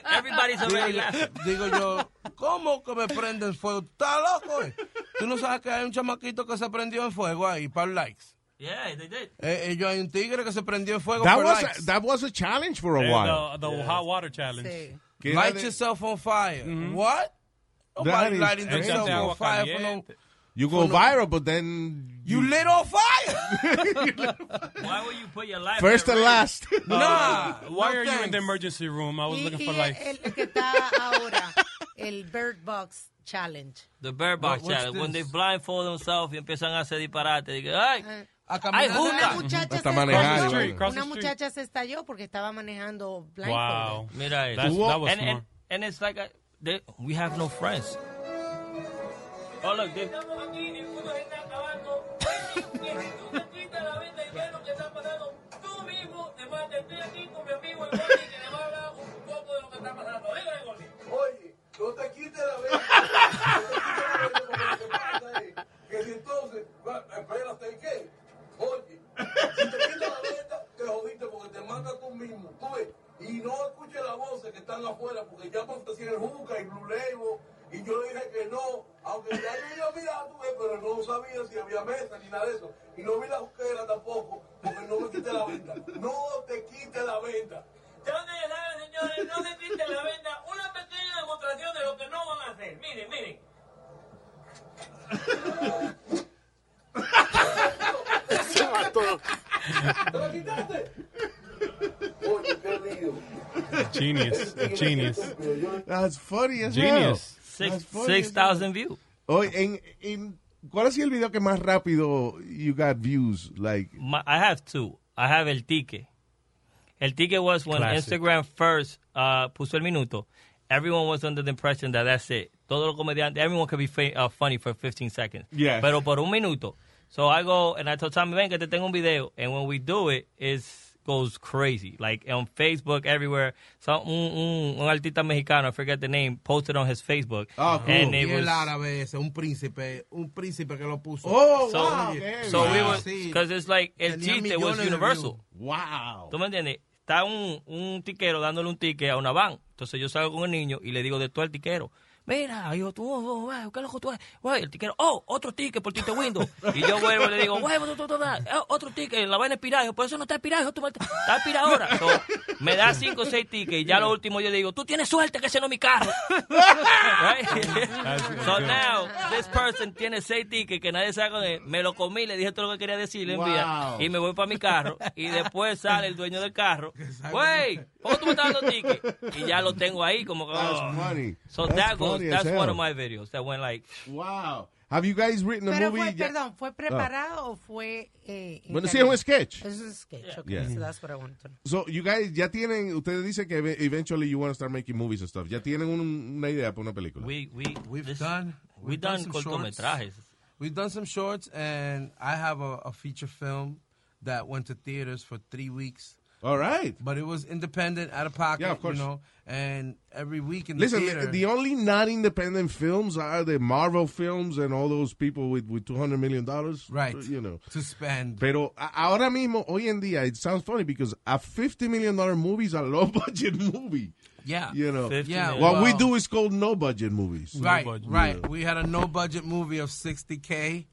E: Everybody's
D: Digo
E: already
D: yo,
E: laughing.
D: digo yo, ¿cómo que me prende el fuego? ¿Tú estás loco? eh? Tú no sabes que hay un chamaquito que se prendió en fuego ahí, para likes.
E: Yeah, they did.
D: Eh, eh, yo hay un tigre que se prendió en fuego
C: That
D: por
C: was
D: likes.
C: a, that was a challenge for a
F: Eh,
C: while.
F: The, the hot water challenge.
G: Sí.
C: Que era
D: Light
C: de-
D: yourself on fire.
F: Mm-hmm.
D: What?
C: That
D: Nobody
C: is
D: lighting themselves
F: crazy.
D: on fire for no...
F: Caliente.
C: you go viral, but then
D: You lit on fire!
E: Why would you put your life
C: first
E: at
C: and
E: risk?
C: last.
D: nah,
F: Why
D: no
F: are you in the
D: thanks.
F: emergency room? I was
G: Y,
F: looking for
G: y
F: like.
G: el, el que está ahora, el Bird Box Challenge.
E: The Bird Box
D: What- what's
E: Challenge. When they
D: this?
E: blindfold themselves y empiezan a hacer disparate. Dicen, ay,
D: A
E: Ay,
D: caminar
E: juca.
G: Una
E: Ujú.
G: muchacha,
C: Hasta
G: se
C: manejar,
G: estalló,
F: igual. Cross the
G: una
F: street.
G: muchacha se estalló porque estaba manejando
F: Wow.
G: blindfolded.
E: mira eso.
F: That's- that was
E: and, and,
F: smart.
E: and it's like, a, they, we have no friends. Oh, look, they,
J: estoy aquí con mi amigo el Gordi que le va a hablar un poco de lo que está pasando. Dígale, Gordi.
E: <laughs>
J: Oye, no te quites la <laughs> vez. Que si entonces, va- espérate, ¿y qué? Oye, si te quitas la venda, te jodiste porque te manda tú mismo. Tú ves, y no escuches las voces que están afuera porque ya me ofrecieron Juca y Blue Label. Y yo le dije que no, aunque ya yo iba a mirar, tú ves, pero no sabía si había mesa ni nada de eso. Y no vi la juquera tampoco, porque no me quité la venda. No te quites la venda. ¿De dónde llegaron, señores? No se quiten la venda. Una pequeña demostración de lo que no van a hacer. Miren, miren.
H: Se mató.
J: ¿Te la quitaste? Oye, qué lío.
F: <laughs> Genius. Genius.
C: <laughs> That's funny as
F: Genius.
C: hell.
E: Six-
C: That's funny as
E: 6,000
C: hell.
E: views.
C: Oye, en, en, ¿cuál ha sido el video que más rápido you got views? Like,
E: My, I have two. I have El Tique. El Tique was when
C: Classic.
E: Instagram first uh, puso el minuto. Everyone was under the impression that that's it. Todo los comediantes, everyone could be fa- uh, funny for 15 seconds.
J: Yes.
E: Pero por un minuto. So I go and I tell Tommy, ven que te tengo un video. And when we do it, it goes crazy. Like on Facebook, everywhere. So, un, un, un artista mexicano, I forget the name, posted on his Facebook. And it
D: Y el
E: was,
D: árabe ese, un príncipe, un príncipe que lo puso.
C: Oh,
E: So, so we were, because it's like, el
D: Tenía
E: chiste
D: millones
E: was
D: de
E: universal.
C: Wow.
E: ¿Tú me entiendes? Está un, un tiquero dándole un ticket a una van. Entonces yo salgo con el niño y le digo de todo al tiquero. Mira, yo, tú, oh, oh, güey, qué loco tú eres. Güey, el tiquero, oh, otro ticket por Tite Window. Y yo vuelvo y le digo, güey, tú, tú, tú, da, eh, otro ticket, la vaina es piraje. Por eso no está piraje, tú, mate- está piraje ahora. So, me da cinco o seis tickets y ya lo último yo le digo, tú tienes suerte que ese no es mi carro. Right? <laughs> so now, this person tiene seis tickets que nadie sabe de Me lo comí, le dije todo lo que quería decir, le envía.
J: Wow.
E: Y me voy para mi carro. Y después sale el dueño
D: <laughs>
E: del carro. Güey, ¿cómo tú me estás dando tickets? Y ya lo tengo ahí como que...
C: That's
E: oh.
C: funny.
E: So
C: That's
E: that goes,
C: funny as
E: that's one
C: hell.
E: of my videos that went like...
C: Wow. Have you guys written a
G: Pero
C: movie?
G: fue,
C: ya- Ah.
G: perdón, ¿fue preparado o fue... Eh, en
C: Bueno, sí,
G: realidad?
C: es un sketch.
G: Es un sketch, ok.
C: Yeah.
G: So that's what I wanted to know.
C: So, you guys ya tienen, ustedes dicen que ev- eventually you want to start making movies and stuff. Ya tienen un- una idea para una película.
E: We, we,
D: we've done,
E: we done cortometrajes.
D: shorts. We've done some shorts, and I have a, a feature film that went to theaters for three weeks.
C: All right.
D: But it was independent, out of pocket,
C: Yeah, of course.
D: you know, and every week in the
C: Listen,
D: theater.
C: the, the only not independent films are the Marvel films and all those people with, with $200 million.
D: Right.
C: You know.
D: To spend.
C: Pero a- ahora mismo, hoy en día, it sounds funny because a $50 million movie is a low <laughs> budget movie.
D: Yeah.
C: You know.
D: Yeah,
C: What we
D: well-
C: do is called no budget movies.
D: Right, right. We had a no budget movie of 60K.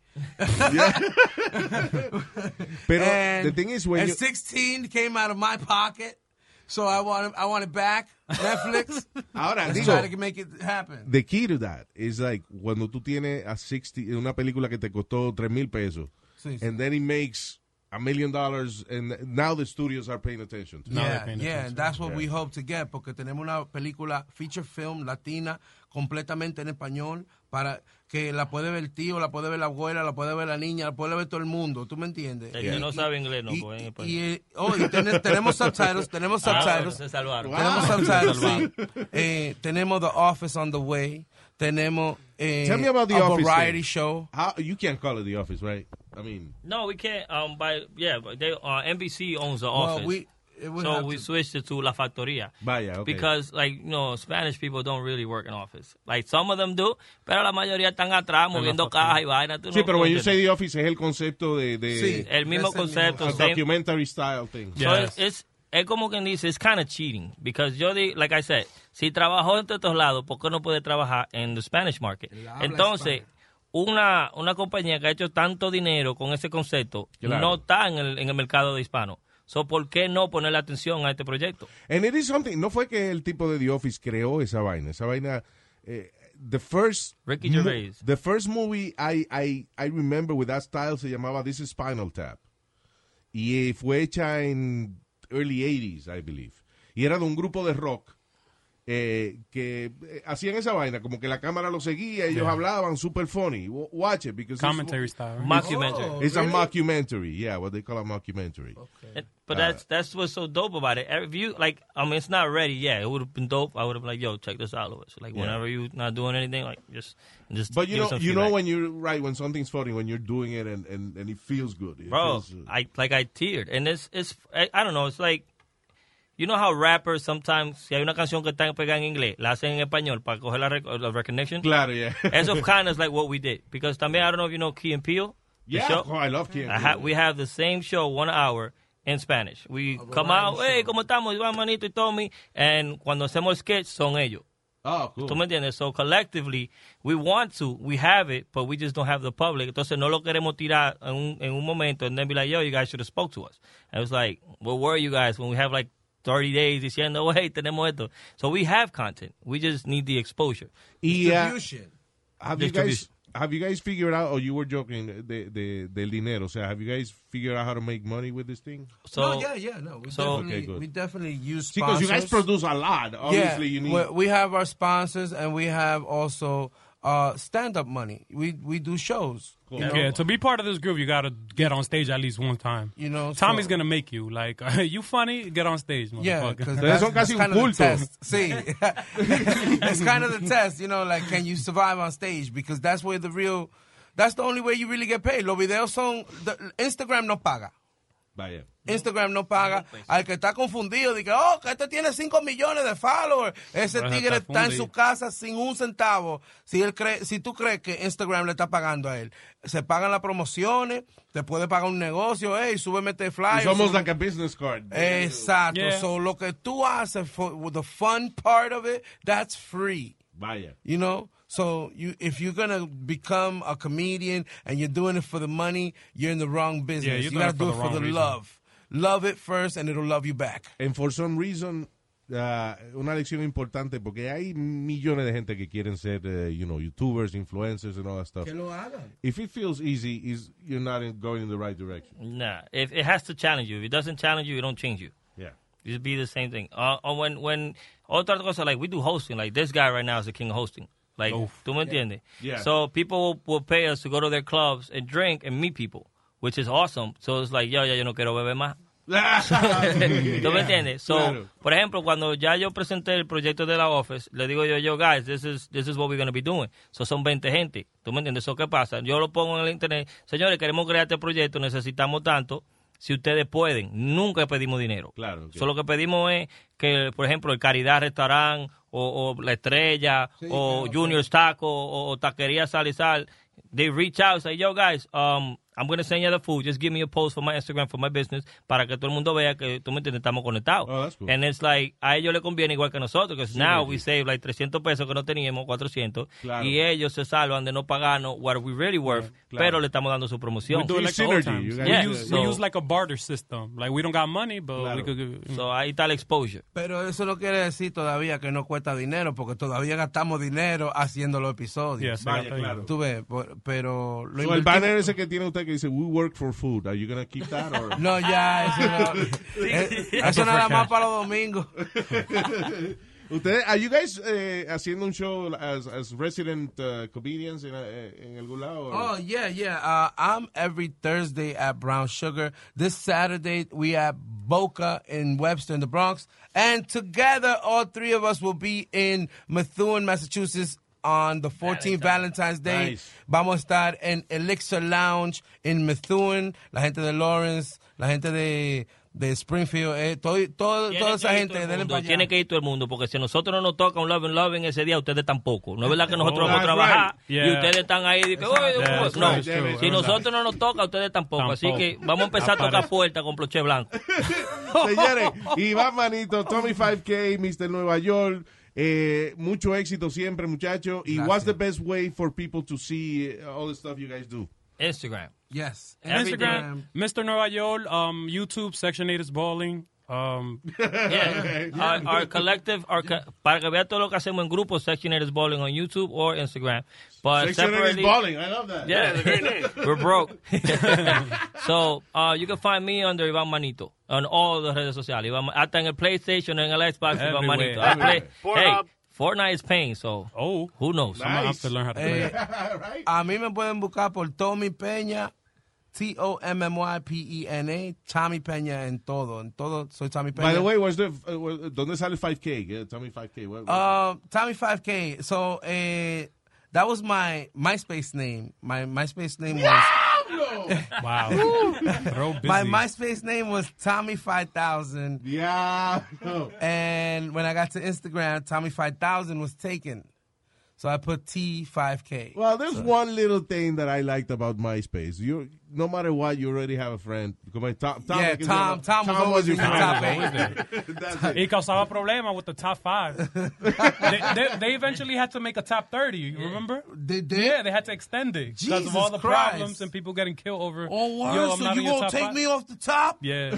C: Pero
D: and,
C: the thing is when
D: and
C: you-
D: 16 came out of my pocket, so I want I want it back. Netflix.
C: <laughs> Ahora,
D: Let's
C: digo-
D: try to make it happen.
C: The key to that is like cuando tú tienes a 60, una película que te costó 3 mil pesos,
D: Sí, sí.
C: and then it makes a million dollars, and now the studios are paying attention to it.
D: yeah, yeah, and that's what
C: Yeah.
D: we hope to get porque tenemos una película feature film latina completamente en español para que la puede ver el tío, la puede ver la abuela, la puede ver la niña, la puede ver todo el mundo, ¿tú me entiendes?
E: El que no sabe inglés no puede en español.
D: Y, eh, oh, y ten- tenemos subtitles, tenemos
E: Ah, bueno,
D: subtitles.
E: se salvaron.
D: Tenemos
E: Wow.
D: subtitles,
E: Se salvaron.
D: sí. Eh, tenemos The Office on the way. Tenemos eh,
C: Tell me about the
D: a
C: office.
D: variety
C: thing.
D: show.
C: How, you can't call it the office, right? I mean,
E: No, we can't. Um, by yeah, but they uh, NBC owns the
C: Well,
E: office.
C: we-
D: eh,
C: it would
E: so
C: have
E: we
C: to-
E: switched it to La Factoria.
C: Vaya, okay.
E: Because like you know, Spanish people don't really work in office. Like some of them do, pero la mayoría están atrás moviendo cajas y vaina. Tú
C: sí,
E: no-
C: pero
E: no
C: when you
E: entiendes.
C: say the office es el concepto de, de
E: Sí, el mismo es el concepto,
C: a
E: same-
C: documentary style thing.
E: So it's, it's- es como quien dice, it's kind of cheating. Because yo, di- like I said, si trabajó en todos estos lados, ¿por qué no puede trabajar en the Spanish market?
J: habla
E: Entonces, una, una compañía que ha hecho tanto dinero con ese concepto
C: Claro.
E: no está en el, en el mercado de hispano. So, ¿por qué no ponerle atención a este proyecto?
C: And it is something. No fue que el tipo de The Office creó esa vaina. Esa vaina. eh, the first.
E: Ricky
C: mo-
E: Gervais.
C: The first movie I, I, I remember with that style se llamaba This is Spinal Tap. Y eh, fue hecha en early 80s, I believe. Y era de un grupo de rock. eh, que eh, hacían esa vaina, como que la cámara lo seguía, ellos
F: Yeah.
C: hablaban, super funny. W- Watch it, because it's-
F: Commentary style, right?
E: Mockumentary. Oh,
C: it's
E: really?
C: a mockumentary, yeah, what they call a mockumentary.
E: It-
C: Uh,
E: But that's that's what's so dope about it. If you like, I mean, it's not ready yet. It would have been dope. I would have been like, yo, check this out, Louis. Like,
C: Yeah.
E: whenever you're not doing anything, like, just just.
C: But you
E: give
C: know,
E: us some
C: you know
E: feedback.
C: when you're right when something's funny, when you're doing it and, and, and it feels good. It
E: bro.
C: feels, uh,
E: I like I teared, and it's it's I, I don't know. It's like You know how rappers sometimes, si hay una canción que está pegada en inglés, la hacen en español para coger la, rec- la recognition.
C: Claro, yeah.
E: Eso kind of like what we did. Because también, I don't know if you know Key and Peele. the
C: Yeah,
E: show.
C: of course, I love Key and
E: I ha-
C: Peele.
E: we have the same show, one hour, in Spanish. We come out, hey, ¿cómo estamos? Iván, Manito y Tommy. And cuando hacemos sketch, son ellos.
C: <laughs> Oh, cool.
E: ¿Tú me entiendes? So, collectively, we want to, we have it, but we just don't have the public. Entonces, no lo queremos tirar en un, en un momento and then be like, yo, you guys should have spoke to us. And it was like, where were you guys when we have like 30 days diciendo, "Oh, hey, tenemos esto. So, we have content. We just need the exposure.
C: Y, uh, have you guys
E: Distribution.
C: have you guys figured out or you were joking de, de, del dinero? O sea, have you guys figured out how to make money with this thing?
D: no, yeah, yeah, no. We, definitely,
C: okay, good.
D: we definitely use
C: See, 'cause
D: sponsors.
C: you guys produce a lot. Obviously,
D: yeah,
C: you need-
D: We, we have our sponsors, and we have also uh, stand-up money. We we do shows. you know.
F: Yeah, to be part of this group, you gotta get on stage at least one time.
D: You know,
F: Tommy's
D: so-
F: gonna make you like <laughs> you funny. Get on stage,
D: Yeah,
F: motherfucker.
D: 'cause that's- that's <laughs> kind of the test. See, <laughs> it's kind of the test, you know, like can you survive on stage? Because that's where the real, that's the only way you really get paid. Los videos son, the- Instagram no paga.
C: Vaya.
D: Instagram no paga. Al que está confundido, dice, oh, que este tiene 5 millones de followers. Ese
C: Ajá,
D: tigre
C: está
D: está en su
C: fundido.
D: casa sin un centavo. Si, él cree, si tú crees que Instagram le está pagando a él, se pagan las promociones, te puede pagar un negocio, hey, súbeme este flyer.
C: It's almost
D: súbeme-
C: like a business card.
D: Eh. Exacto.
C: Yeah.
D: So lo que tú haces for with the fun part of it, that's free.
C: Vaya.
D: You know? So you if you're gonna become a comedian and you're doing it for the money, you're in the wrong business.
C: you're
D: you
C: doing
D: gotta
C: it for
D: do
C: the
D: it for
C: wrong
D: the
C: reason.
D: love. Love it first and it'll love you back.
C: And for some reason, ah, una lección importante porque hay millones de gente que quieren ser, eh, you know, YouTubers, influencers and all that stuff.
D: Que lo hagan.
C: If it feels easy, is you're not in- going in the right direction.
E: Nah, if it has to challenge you. If it doesn't challenge you, it don't change you.
C: Yeah. <laughs>
E: It Just be the same thing. Uh, or when when otra cosa like we do hosting. Like this guy right now is the king of hosting. Like,
K: Oof.
E: tú me entiendes?
K: Yeah.
E: So people will, will pay us to go to their clubs and drink and meet people, which is awesome. So it's like, yo, ya yo no quiero beber más. <laughs> ¿Tú me entiendes? So,
K: Claro.
E: por ejemplo, cuando ya yo presenté el proyecto de la Office, le digo yo, yo, guys, this is, this is what we're going to be doing. So, son 20 gente. ¿Tú me entiendes? So, ¿qué pasa? Yo lo pongo en el internet. Señores, queremos crear este proyecto, necesitamos tanto. Si ustedes pueden, nunca pedimos dinero.
C: Claro. ok.
E: Solo que pedimos es que, por ejemplo, el Caridad Restaurant o, o La Estrella o Junior's Taco o, o Taquería Sal y Sal, they reach out and say, yo, guys, um, I'm going to send you the food. Just give me a post for my Instagram, for my business, para que todo el mundo vea que tú me entiendes, estamos conectados.
K: Oh, cool.
E: And it's like, a ellos le conviene igual que a nosotros, que now we save like 300 pesos que no teníamos, 400,
K: Claro.
E: y ellos se salvan de no pagarnos what we really worth,
F: claro.
E: pero le estamos dando su promoción.
F: We do it like the old times. we, use, we use like a barter system. Like we don't got money, but we could. give-
E: So ahí está el exposure.
D: Pero eso no quiere decir todavía que no cuesta dinero, porque todavía gastamos dinero haciendo los episodios.
C: Yes, Vaya, claro.
D: Tú ves, por- pero lo
C: So el
D: invertimos-
C: banner ese que tiene usted que dice We work for food. Are you gonna keep that or?
D: <laughs> No, ya, eso <laughs> no. Eh, Eso nada más para los domingos.
C: Ustedes, are you guys eh, haciendo un show as, as resident uh, comedians en, eh, en algún lado? or-
D: Oh yeah, yeah. Uh, I'm every Thursday at Brown Sugar. This Saturday we at Boca in Webster in the Bronx, and together all three of us will be in Methuen, Massachusetts. On the 14th Valentine's Day,
C: Nice.
D: vamos a estar en Elixir Lounge en Methuen, la gente de Lawrence, la gente de, de Springfield, eh, todo, todo-
E: Tiene
D: toda
E: que
D: esa
E: ir
D: gente,
E: todo el
D: denle
E: mundo,
D: para allá.
E: Tiene que ir todo el mundo, porque si a nosotros no nos toca un loving loving ese día, ustedes tampoco. No es verdad que
K: Oh,
E: nosotros vamos a
K: that's
E: trabajar
K: right.
E: y
K: Yeah.
E: ustedes están ahí. dicen,
K: That's
E: "Oye,
K: right.
E: pues,
K: That's
E: no,
K: right. That's right.
E: si
K: That's
E: nosotros no nos toca, ustedes tampoco. Así
K: Tampoco.
E: que vamos a empezar a tocar
C: Aparece.
E: puertas con Ploche
K: <laughs>
E: Blanco.
C: Señores,
D: <laughs>
C: Iván Manito, Tommy 5K, Mr. Nueva York. eh, mucho éxito siempre, muchachos. Y what's the best way for people to see eh, all the stuff you guys do?
E: Instagram.
D: Yes.
F: Instagram, Mr. Nueva York, um, YouTube, Section 8 is balling. Um,
C: <laughs>
E: Yeah. <laughs> Our, our collective, our co- para que vea todo lo que hacemos en grupo, Section 8 is Bowling on YouTube or Instagram. But
C: Section 8 is
E: separately-
C: balling. I love that.
E: Yeah,
C: Yeah, it's a great name.
E: <laughs> we're broke. so uh, you can find me under Iván Manito on all the redes sociales. Iván, hasta en el PlayStation, en el Xbox, Iván
F: Everywhere.
E: Manito. I play,
F: Everywhere.
E: hey, Fortnite is paying, so
F: oh,
E: who knows?
F: I'm gonna have to learn how to play.
D: Eh, a mí me pueden buscar por Tommy Peña, T-O-M-M-Y-P-E-N-A, E Tommy Peña en todo, en todo soy Tommy Peña.
C: By the way, where's the, eh, where- ¿dónde sale 5K? Eh, Tommy 5K. what-
D: Uh, Tommy 5K, so eh, that was my MySpace name. My MySpace name was...
F: Wow. Bro, busy.
D: My MySpace name was Tommy Five Thousand.
C: <laughs>
D: Yeah. And when I got to Instagram, Tommy Five Thousand was taken, so I put T Five K.
C: Well, there's one little thing that I liked about MySpace. You, no matter what, you already have a friend. Come on, Tom, Tom,
D: Yeah,
C: is
D: Tom-
C: your-
D: Tom was always in the top
C: <laughs>
F: It causaba problemas with the top
D: <laughs>
F: five. they, they, they eventually had to make a top 30, you remember?
D: They did?
F: Yeah, they had to extend it because of
D: Jesus
F: all the
D: Christ.
F: problems and people getting killed over.
D: Oh, word,
F: Yo, I'm
D: so
F: not
D: you
F: in your
D: gonna
F: top
D: take
F: five."
D: me off the top?
F: Yeah.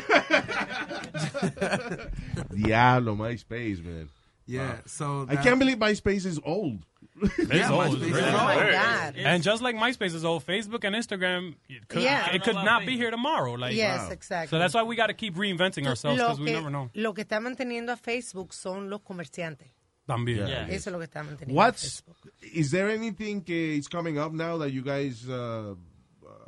C: Diablo, MySpace, man.
D: Yeah,
C: Wow.
D: so
C: I
D: that-
C: can't believe MySpace is old.
F: It's old.
D: MySpace
F: it's old.
D: is old. Oh, my God.
F: And just like MySpace is old, Facebook and Instagram it could,
G: Yeah.
F: it could not be here tomorrow. Like,
G: Yes, Wow. exactly.
F: So that's why we got to keep reinventing ourselves
G: lo,
F: because we
G: que,
F: never know.
G: lo que está manteniendo a Facebook son los comerciantes.
F: También.
C: Yeah.
G: Eso es lo que está manteniendo. a
C: What's is there anything que is coming up now that you guys uh,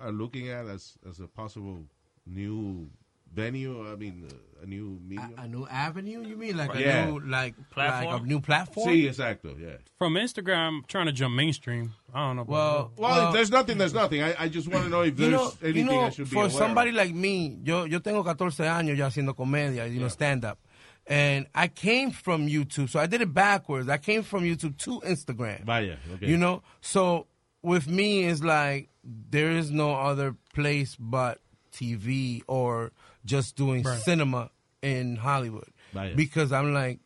C: are looking at as as a possible new venue? I mean, uh, a new medium,
D: a new avenue. You mean like a
C: Yeah.
D: new like
C: Platform?
D: like a new platform?
C: Sí, exacto. Yeah.
F: From Instagram, I'm trying to jump mainstream. I don't know.
D: Well,
C: Well, if there's nothing. There's nothing. I, I just want to know if
D: you
C: there's
D: know, you
C: anything
D: know,
C: I should be
D: for
C: aware
D: somebody
C: of.
D: like me, yo, yo tengo 14 años ya haciendo comedia, you know, stand up. And I came from YouTube, so I did it backwards. I came from YouTube to Instagram.
C: Vaya, okay.
D: You know, so with me it's like there is no other place but TV or just doing
K: Right.
D: cinema in Hollywood.
K: Vaya.
D: Because I'm like,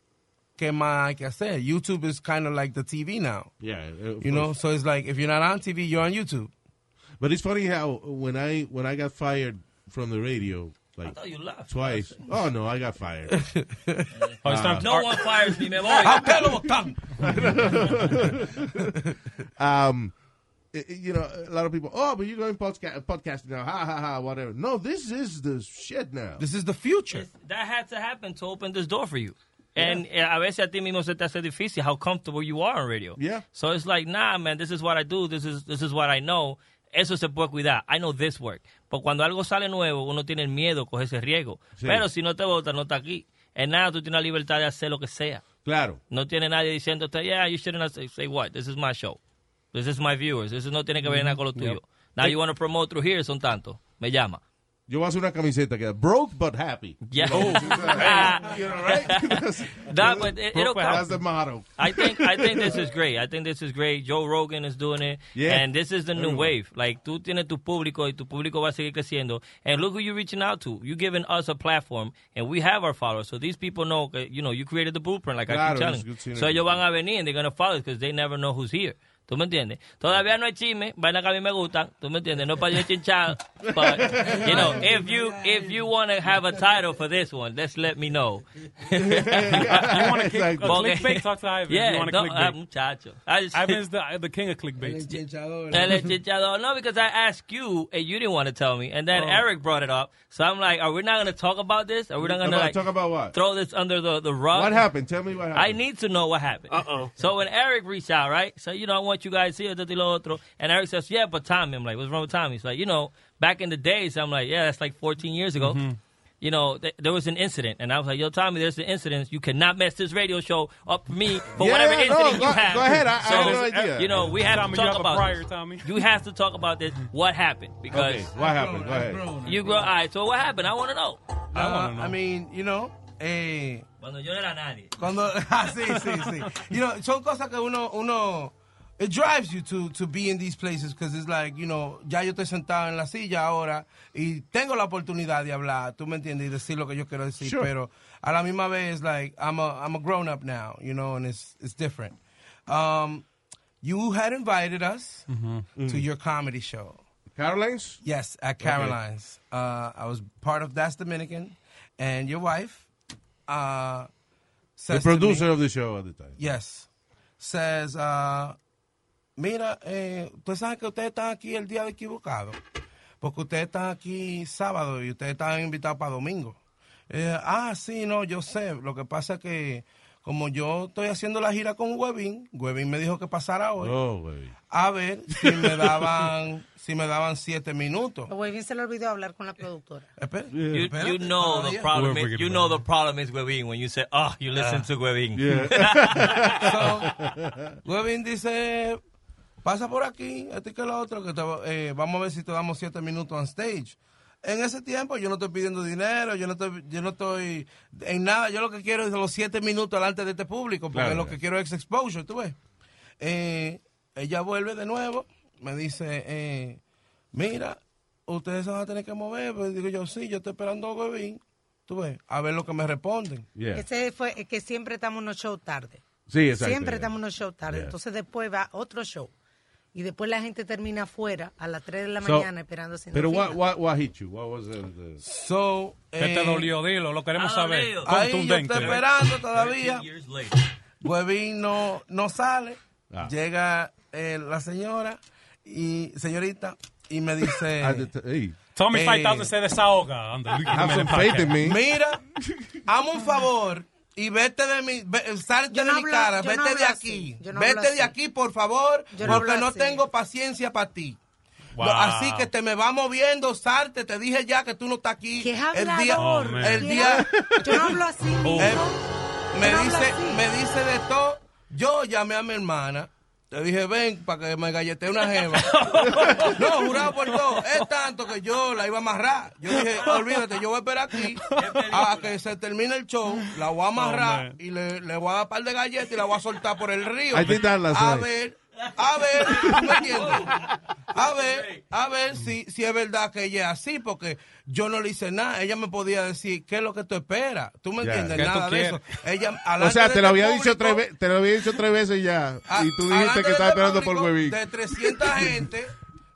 D: que más hay que hacer? YouTube is kind of like the TV now.
C: Yeah, uh, of
D: You know,
C: course.
D: so it's like if you're not on TV, you're on YouTube.
C: But it's funny how when I when I got fired from the radio, like
E: thought you left.
C: twice. Oh no, I got fired.
D: <laughs>
E: Oh, it's time to- No one fires me, me <laughs> voy.
C: I'll
D: tell them
C: them. um, i- i- you know, a lot of people. Oh, but you're going podcast podcasting now. Ha ha ha. Whatever. No, this is the shit now.
D: This is the future.
E: That had to happen to open this door for you. And eh, a veces a ti mismo se te hace difícil how comfortable you are on radio.
C: Yeah.
E: So it's like, nah, man, this is what I do. This is this is what I know. Eso se puede cuidar. I know this work. Pero cuando algo sale nuevo, uno tiene el miedo, coge ese riesgo.
C: Sí.
E: Pero si no te votan, no está aquí. En nada, tú tienes la libertad de hacer lo que sea.
C: Claro.
E: No tiene nadie diciéndote, yeah, you shouldn't have- say, say what? This is my show. This is my viewers. Eso no tiene que ver nada con lo
C: Mm-hmm. Yep.
E: tuyo. Now you want to promote through here, son tanto. Me llama.
C: Yo voy a hacer una camiseta que broke but happy.
E: <laughs> Yeah.
C: Oh,
E: Ah, eh,
C: <laughs> you know,
E: <laughs>
C: right?
E: Nah, but it, will pues, eh, come.
C: That's the motto.
E: I think I think this is great. I think this is great. Joe Rogan is doing it.
C: Yeah.
E: And this is the new
C: Everyone.
E: wave. Like tú tienes tu público y tu público va a seguir creciendo. And look who you're reaching out to. You're giving us a platform and we have our followers. So these people know que, you know, you created the blueprint like I
C: Claro,
E: keep
C: it's
E: telling.
C: good
E: you.
C: synergy.
E: So ellos van a venir and they're gonna follow because they never know who's here. ¿Tú me entiendes? Todavía no hay chisme, vaina que a mí me gustan, ¿tú me entiendes? No para yo chinchar,
C: <laughs>
E: but, you know, if you, if you want to have a title for this one, just let me know.
F: you
E: <laughs>
F: want to click, a
E: Porque-
F: clickbait, talk to Ivan.
E: Yeah,
F: you want to
E: no, ah,
F: clickbait.
E: muchacho. I just- <laughs>
F: Ivan's the, the king of clickbait.
E: El enchichador. No, because I asked you and you didn't want to tell me, and then
F: Oh.
E: Eric brought it up. So I'm like, are we not going to talk about this? Are we not going to
C: About-
E: like
C: talk about what?
E: Throw this under the the rug?
C: What happened? Tell me what happened.
E: I need to know what happened. Uh oh. So when Eric reached out, right? So you know, I want you guys here, this, lo otro. And Eric says, yeah, but Tommy. I'm like, what's wrong with Tommy? He's like, you know, back in the days, I'm like, yeah, that's like 14 years ago.
C: Mm-hmm.
E: You know, th- there was an incident, and I was like, "Yo, Tommy, there's an incident. You cannot mess this radio show up for me for
C: Yeah,
E: whatever
C: yeah, no,
E: incident
C: go-
E: you have."
C: go ahead. I- I
E: So,
C: have no idea.
E: You know, we have
F: Tommy,
E: to
F: you
E: talk
F: have a
E: about
F: prior,
E: this.
F: Tommy.
E: You have to talk about this. What happened? Because
C: Okay, what happened? Go ahead.
E: You grow. All right. So what happened? I want to know.
D: Uh, I mean, you know, eh,
E: Cuando yo no era nadie.
D: Cuando, <laughs> ah, sí, sí, sí. You know, son cosas que uno, uno, it drives you to, to be in these places because it's like, you know, ya yo estoy sentado en la silla ahora y tengo la oportunidad de hablar, tú me entiendes, y decir lo que yo quiero decir,
K: Sure.
D: pero a la misma vez, like, I'm a, I'm a grown up now, you know, and it's, it's different. Um, you had invited us to your comedy show.
C: Caroline's?
D: Yes, at Caroline's. Uh, I was part of That's Dominican, and your wife. Uh,
C: The
D: says to me-
C: producer of the show at the time.
D: Yes. Says, uh, mira, eh, ustedes saben que ustedes están aquí el día equivocado. Porque ustedes están aquí sábado y ustedes están invitados para domingo. Eh, ah, sí, no, yo sé. Lo que pasa es que como yo estoy haciendo la gira con Webin, Webin me dijo que pasara hoy.
C: Oh, baby.
D: A ver si me daban, <laughs> si me daban siete minutos.
G: A Webin se le olvidó hablar con la productora.
D: Espera,
E: You,
D: espérate,
E: you know the
D: todavía.
E: problem. Is, you know the problem is Guevin when you say, "Oh, you listen to Guevin."
D: Webin dice, Pasa por aquí, a ti que lo otro, que te va- eh, vamos a ver si te damos siete minutos on stage. En ese tiempo yo no estoy pidiendo dinero, yo no estoy, yo no estoy en nada, yo lo que quiero es los siete minutos delante de este público, porque
K: Claro.
D: lo que quiero es exposure, tú ves. Eh, ella vuelve de nuevo, me dice, eh, mira, ustedes se van a tener que mover, pues digo yo, sí, yo estoy esperando algo de mí", tú ves, a ver lo que me responden.
G: Ese fue eh, que siempre estamos en unos shows tarde.
D: Sí, exacto,
G: Siempre
D: yeah.
G: estamos en unos shows tarde.
D: Yeah.
G: Entonces después va otro show. Y después la gente termina afuera a las 3 de la
C: So,
G: mañana esperando sin
C: Pero
G: fila.
C: what, what, what hit you? What was the, the-
D: So,
F: ¿Qué
D: eh,
F: te dolió? ¿eh? Dilo, lo queremos
E: Ah,
F: saber.
D: Ahí yo estoy esperando
E: <laughs>
D: todavía.
F: 13
D: Huevín no, no sale.
F: Ah.
D: Llega eh, la señora y señorita y
F: <laughs>
D: me
C: Ah,
D: dice.
C: the- hey.
F: Tommy
D: Eh, Ah,
F: 5000 se desahoga. on the Luis
C: Have some
F: Jiménez
C: faith in me.
F: podcast.
D: Mira, hazme un favor y vete de mi, ve- eh, salte
G: Yo no
D: de mi
G: hablo-
D: cara,
G: yo
D: vete
G: no hablo
D: de
G: así,
D: aquí,
G: yo no hablo
D: vete
G: así.
D: de aquí por favor,
G: Yo no
D: porque
G: hablo
D: no
G: así.
D: tengo paciencia para ti.
F: Wow.
D: No, así que te me va moviendo, salte, te dije ya que tú no estás aquí. el día,
G: hablador? Oh, man.
D: el
G: ¿Qué
D: día,
G: Yo no hablo así.
D: Eh, me
G: Yo no hablo
D: dice,
G: así.
D: me dice de todo. Yo llamé a mi hermana. Le dije, ven, para que me gallete una jeva. No, jurado por todo. Es tanto que yo la iba a amarrar. Yo dije, olvídate, yo voy a esperar aquí a que se termine el show. La voy a amarrar
C: man.
D: y le, le voy a dar un par de galletas y la voy a soltar por el río.
C: I think that last
D: a
C: night.
D: ver, a ver, ¿tú me entiendes? A ver, a ver si, si es verdad que ella es así, porque yo no le hice nada. Ella me podía decir, ¿qué es lo que tú esperas? ¿Tú me
C: Ya.
D: entiendes?
C: ¿Qué tú
D: Nada de
C: quieres?
D: eso. Ella,
C: O
D: alante
C: sea,
D: de
C: te lo
D: este
C: había dicho
D: público,
C: tres veces, te lo había dicho tres veces ya
D: a-
C: y tú
D: alante
C: dijiste que
D: de
C: estaba
D: este
C: esperando por
D: público
C: huevín.
D: De 300
C: <laughs>
D: gente,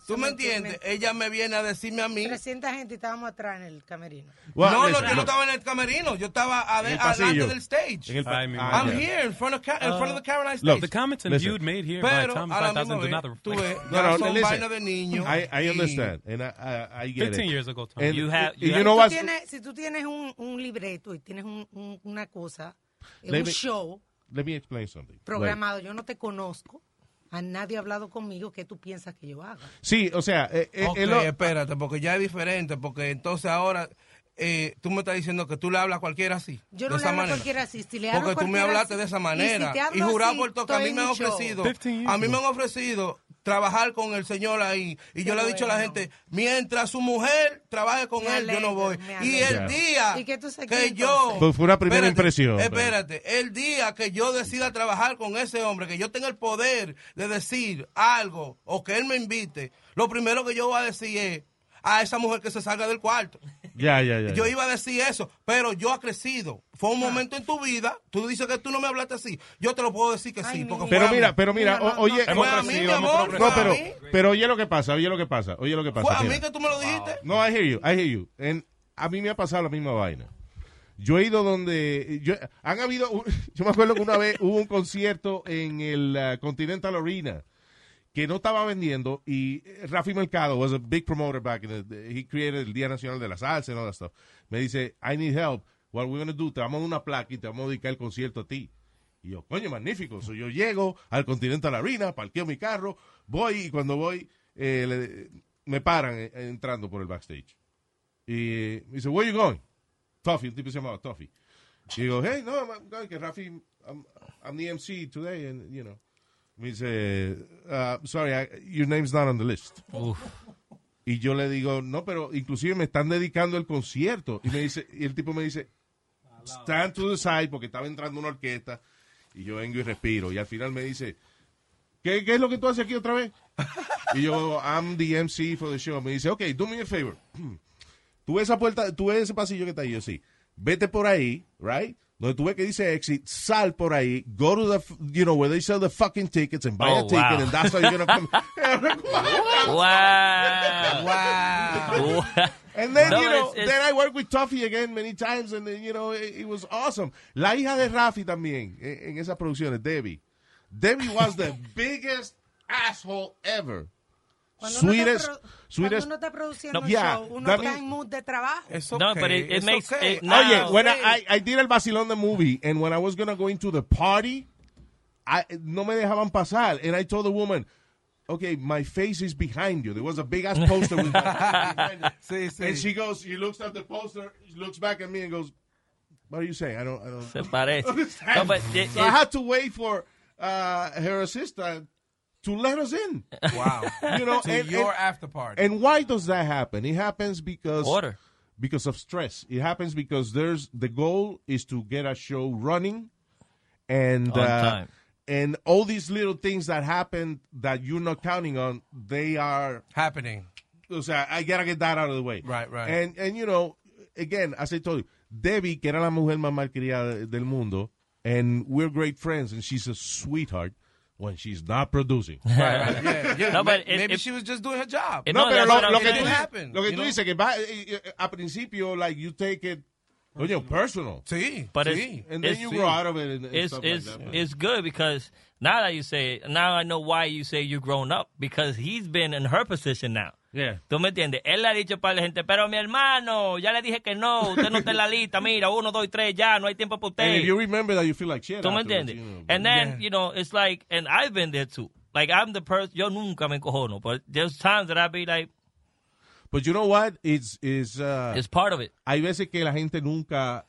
D: ¿tú me entiendes? Ella me viene a decirme a mí.
G: 300 gente y estábamos atrás en el camerino.
C: Well,
D: no, no,
C: listen,
D: yo no
C: look.
D: estaba en el camerino, yo estaba a
C: En el
D: ver,
C: pasillo.
D: adelante del stage.
C: En el pa- Ay, mi
D: I'm
C: madre.
D: here in front of, ca- in front
G: Ah.
D: of the Caroline stage.
C: Look,
F: The comments and
C: listen.
F: viewed made here
D: Pero,
F: by Tommy
D: a la
F: 5000 do
D: misma
F: not
D: vez,
F: reflect.
D: tú ves, ya son vaina de niño
C: I, I
D: y-
C: understand and I, I, I get
F: 15
C: it.
F: years ago,
C: And,
F: You have- you
C: you, you
F: have-
C: know
G: Tú
C: what?
G: tienes- si tú tienes un, un libreto y tienes un- un- una cosa, eh,
C: Let
G: un
C: me-
G: show
C: Let me explain something.
G: programado, yo no te conozco, a nadie ha hablado conmigo, ¿qué tú piensas que yo haga?
C: Like, sí, o sea, eh, eh,
D: Ok,
C: eh, lo-
D: espérate, porque ya es diferente, porque entonces ahora eh, tú me estás diciendo que tú le hablas a cualquiera así.
G: Yo
D: de
G: no le
D: esa
G: hablo a
D: manera.
G: cualquiera así. Si le hablo a
D: Porque tú me
G: cualquiera
D: hablaste
G: así,
D: de esa
G: Y, si
D: manera.
G: te hablo
D: Y, jurar
G: así,
D: por todo que a
G: estoy
D: mí
G: en
D: me han
G: un show.
D: ofrecido. A mí me han ofrecido trabajar con el señor ahí. Y yo
G: Qué
D: le he dicho a la
G: bueno.
D: gente, mientras su mujer trabaje con
G: Me
D: él, yo
G: alegro,
D: no voy.
G: me
D: Y
G: alegro.
D: el
C: Ya.
D: día
G: ¿Y qué tú sabes
D: que
G: quién,
D: yo...
C: Fue- fue una primera impresión.
D: Espérate, el día que yo decida trabajar con ese hombre, que yo tenga el poder de decir algo o que él me invite, lo primero que yo voy a decir es a esa mujer que se salga del cuarto.
C: ya, ya, ya.
D: Yo
C: ya.
D: iba a decir eso, pero yo ha crecido. Fue
C: Ah.
D: un momento en tu vida. Tú dices que tú no me hablaste así. Yo te lo puedo decir que sí. porque fue
C: Pero
D: a mí.
C: mira, pero mira, o- oye,
D: Fue a mí, mi amor.
C: no,
D: fue a
C: pero,
D: mí.
C: pero oye lo que pasa, oye lo que pasa, oye lo que pasa.
D: Fue a
C: mira.
D: mí que tú me lo dijiste.
C: No, I hear you, I hear you. And a mí me ha pasado la misma vaina. Yo he ido donde. Yo, han habido. <laughs> un- Yo me acuerdo que una vez hubo un concierto en el ah, Continental Arena que no estaba vendiendo y eh, Rafi Mercado was a big promoter back in the day. He created el Día Nacional de la Salsa and all that stuff. Me dice, I need help. What we're going to do, te vamos a dar una placa y te vamos a dedicar el concierto a ti. Y yo, coño, magnífico. So, yo llego al Continental Arena, parqueo mi carro, voy y cuando voy, eh, le- me paran eh, entrando por el backstage. Y me dice, where you going? Toffee, un tipo se llamaba Toffee. Y digo, hey, no, I'm going, que Rafi, I'm, I'm the MC today, and, you know. Me dice, "Ah, sorry, I- your name's not on the list. Y yo le digo, no, pero inclusive me están dedicando el concierto. Y me dice, y el tipo me dice, stand to the side, porque estaba entrando una orquesta. Y yo vengo y respiro. Y al final me dice, ¿qué, qué es lo que tú haces aquí otra vez? Y yo, I'm the MC for the show. Me dice, ok, do me a favor. <clears throat> Tú ves esa puerta, tú ves ese pasillo que está ahí, yo sí. Vete por ahí, right? Donde tú ves que dice exit, sal por ahí, go to the, f- you know, where they sell the fucking tickets and buy a
E: Oh,
C: ticket
E: wow.
C: and that's how you're gonna come. <laughs>
E: <laughs> Wow. wow.
C: And then,
E: No,
C: you know,
E: it's- it's-
C: then I worked with Tuffy again many times and, then, you know, it, it was awesome. La hija de Rafi también, e, en, en esas producciones, Debbie. Debbie was
E: <laughs>
C: the biggest asshole ever.
G: Cuando uno está
C: Sweetest,
G: pro-
C: sweetest.
G: Cuando uno está produciendo
C: No,
G: un
C: yeah,
G: show, uno
C: that
G: está
C: means-
G: en mood de trabajo.
E: No, but it- it makes- it- no.
C: Oye, Oh, when I, I, I did el vacilón the movie, and when I was gonna go into the party, I, no me dejaban pasar. And I told the woman, okay, my face is behind you. There was a big ass poster with
E: <laughs>
C: my
D: Sí, sí.
C: And she goes, she looks at the poster, she looks back at me and goes, what are you saying? I don't, I don't. <laughs>
E: Se parece.
C: understand."
E: No, but it-
C: so I
E: it-
C: had to wait for uh, her assistant to let us
E: <laughs>
C: in.
D: Wow.
C: You know,
D: To
C: and,
D: your
C: and-
D: after party.
C: And why does that happen? It happens because
D: Order.
C: because of stress. It happens because there's the goal is to get a show running, and uh,
E: On time.
C: and all these little things that happen that you're not counting on, they are <laughs>
D: happening.
C: O sea, I gotta get that out of the way.
D: Right, right.
C: And and you know, again, as I told you, Debbie, que era la mujer más malcriada del mundo, and we're great friends, and she's a sweetheart when she's not
E: <laughs>
C: producing.
D: Right, right. Yeah, yeah.
E: No,
D: Ma-
E: but it-
D: maybe
E: it-
D: she was just doing her job.
E: It-
C: No,
E: No,
C: pero
E: that's
C: lo,
E: what I'm
C: lo que
E: saying.
C: tú
D: It
C: dices,
D: happened,
C: lo que
D: you
C: tú
D: know?
C: dices que va, eh, eh, a principio, like, you take it, coño, personal.
D: Sí,
E: But
D: sí.
E: it's-
C: And then
E: It's-
C: you grow out of it and, and
E: it's
C: stuff
E: it's
C: like that.
E: it's good because now that you say it, now I know why you say you grown up because he's been in her position now.
C: Yeah.
E: ¿Tú me entiendes? Él le ha dicho para la gente, pero mi hermano, ya le dije que no, usted no está en la lista, mira, uno, dos, y tres, ya, no hay tiempo para
C: <laughs> And
E: usted.
C: if you remember that, you feel like shit
E: <laughs> ¿Tú me
C: afterwards,
E: entiendes?
C: you know.
E: And then,
D: Yeah.
E: you know, it's like, and I've been there too. Like, I'm the person, yo nunca me encojono, but there's times that I be like,
C: But you know what? It's, it's, uh,
E: it's part of it.
C: hay veces que la gente nunca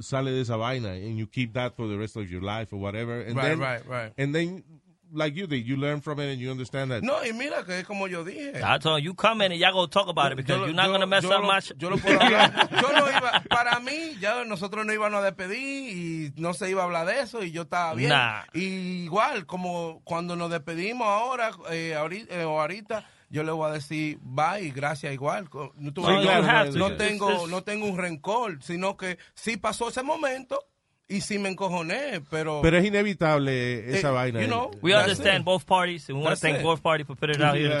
C: sale de esa vaina and you keep that for the rest of your life or whatever and
D: Right,
C: then
D: right, right.
C: and then like you did you learn from it and you understand that
D: No, y mira que es como yo dije.
E: I told you, you come in and y'all go talk about it because
D: Yo lo-
E: you're not
D: yo-
E: going to mess
D: yo
E: up
D: lo-
E: my sh-
D: Yo lo puedo hablar. Yo lo iba, para mí, ya nosotros no íbamos a despedir y no se iba a hablar de eso y yo estaba bien.
E: Nah.
D: Y igual, como cuando nos despedimos ahora eh, ahorita, eh, o ahorita, yo le voy a decir bye y gracias igual. Co- No, tú-
E: Sí,
D: no, no
E: claro, claro,
D: tengo-
E: sí.
D: no tengo,
E: Es- es-
D: no tengo un rencor, sino que sí pasó ese momento y sí me encojoné, pero...
C: pero es inevitable esa
D: Eh,
C: vaina
D: you know,
E: We
D: That's
E: understand
D: it.
E: both parties, and we want
D: That's
E: to thank
D: it.
E: both parties for putting it out here on the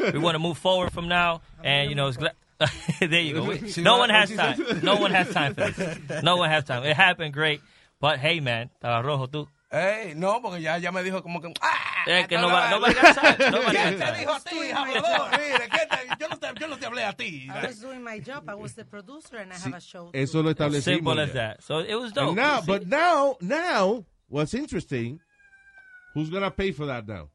E: table. We want to move forward from now, and you know, it's gla- <laughs> there you
D: <laughs>
E: go. We-
D: She
E: No
D: wa-
E: one has
D: she
E: time. No one has time
D: <laughs>
E: for this. No one has time. It happened great, but hey, man, estaba rojo tú.
D: Ey, no, porque ya, ya me dijo como que... ¡Ah!
E: Eh, que
D: Está
E: nobody-
D: la-
E: nobody got
D: <laughs>
E: time. Nobody
D: ¿Quién
E: got
D: te
E: time.
D: dijo a ti, hablador? Mira, ¿quién te- yo, no te, yo no te hablé a ti.
G: I was doing my job. I was the producer and I have a show. too.
C: eso lo establecimos
E: Simple as
C: ya.
E: that. So it was
C: And
E: dope.
C: now
E: You see?
C: but now now what's interesting who's gonna pay for that now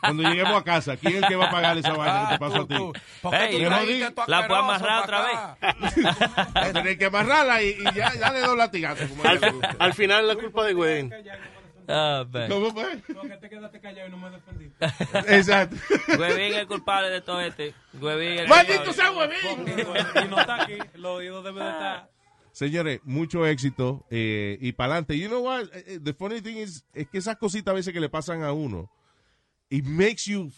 C: cuando lleguemos a casa quién es el que va a pagar esa vaina
D: <laughs>
C: que te pasó a ti
D: Porque
E: Ey,
D: tú
E: yo
C: no
D: trajiste
C: digo,
D: tu
E: la puedo
D: asqueroso
E: amarrar
D: pa'
E: otra
D: acá.
C: Vas a tener que amarrarla y, y ya, ya le doy latigazo como
H: Al,
D: <laughs>
C: le gusta.
H: al final la culpa de Wayne.
E: <laughs> Ah, man.
C: ¿Cómo fue?
F: que te quedaste callado y no me defendiste.
D: <laughs>
C: exacto
E: Huevín el culpable de todo este. Huevín el
C: maldito
E: culpable.
C: sea huevín
F: y no está aquí, los oídos deben de estar.
C: Señores, mucho éxito eh, y para adelante. You know what? Eh, eh, The funny thing is, es que esas cositas a veces que le pasan a uno, it makes you.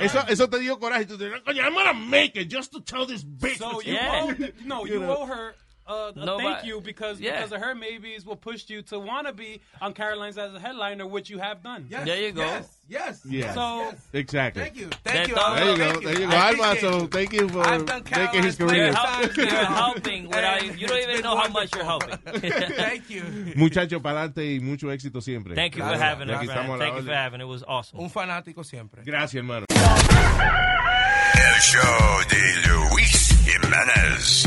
C: Eso, eso te dio coraje. Tú te dices, coño, I'm gonna make it just to tell this bitch.
F: So
C: what
F: you
E: Yeah.
F: owe th- no, you
C: know.
F: owe her uh, a
E: No,
F: thank
E: but-
F: you because
E: yeah.
F: because of her maybe is what pushed you to want to be on Caroline's as a headliner, which you have done.
D: Yes,
E: There you go.
D: Yes, yes.
C: Yeah.
F: So
C: Exactly.
D: Thank you.
E: That's
D: Thank you.
E: all.
C: There you go.
D: Thank
C: There you go.
D: I
C: Alma,
D: appreciate
C: so
D: you.
C: thank you for
D: I've done
C: making his
D: Caroline's
C: career.
E: You're helping, you're helping
C: Eh.
E: without
D: Hey,
E: you don't
D: it's
E: even
D: been
E: know how much
C: <laughs>
E: you're helping.
D: Thank you.
C: Muchachos, para adelante y mucho éxito siempre.
E: Thank you for
D: Claro,
E: having
C: ya
E: us,
C: que estamos a
E: man.
C: la
E: Thank you for
C: orden.
E: having. It was awesome.
D: Un fanático siempre.
C: Gracias, hermano.
A: El show de Luis Jiménez.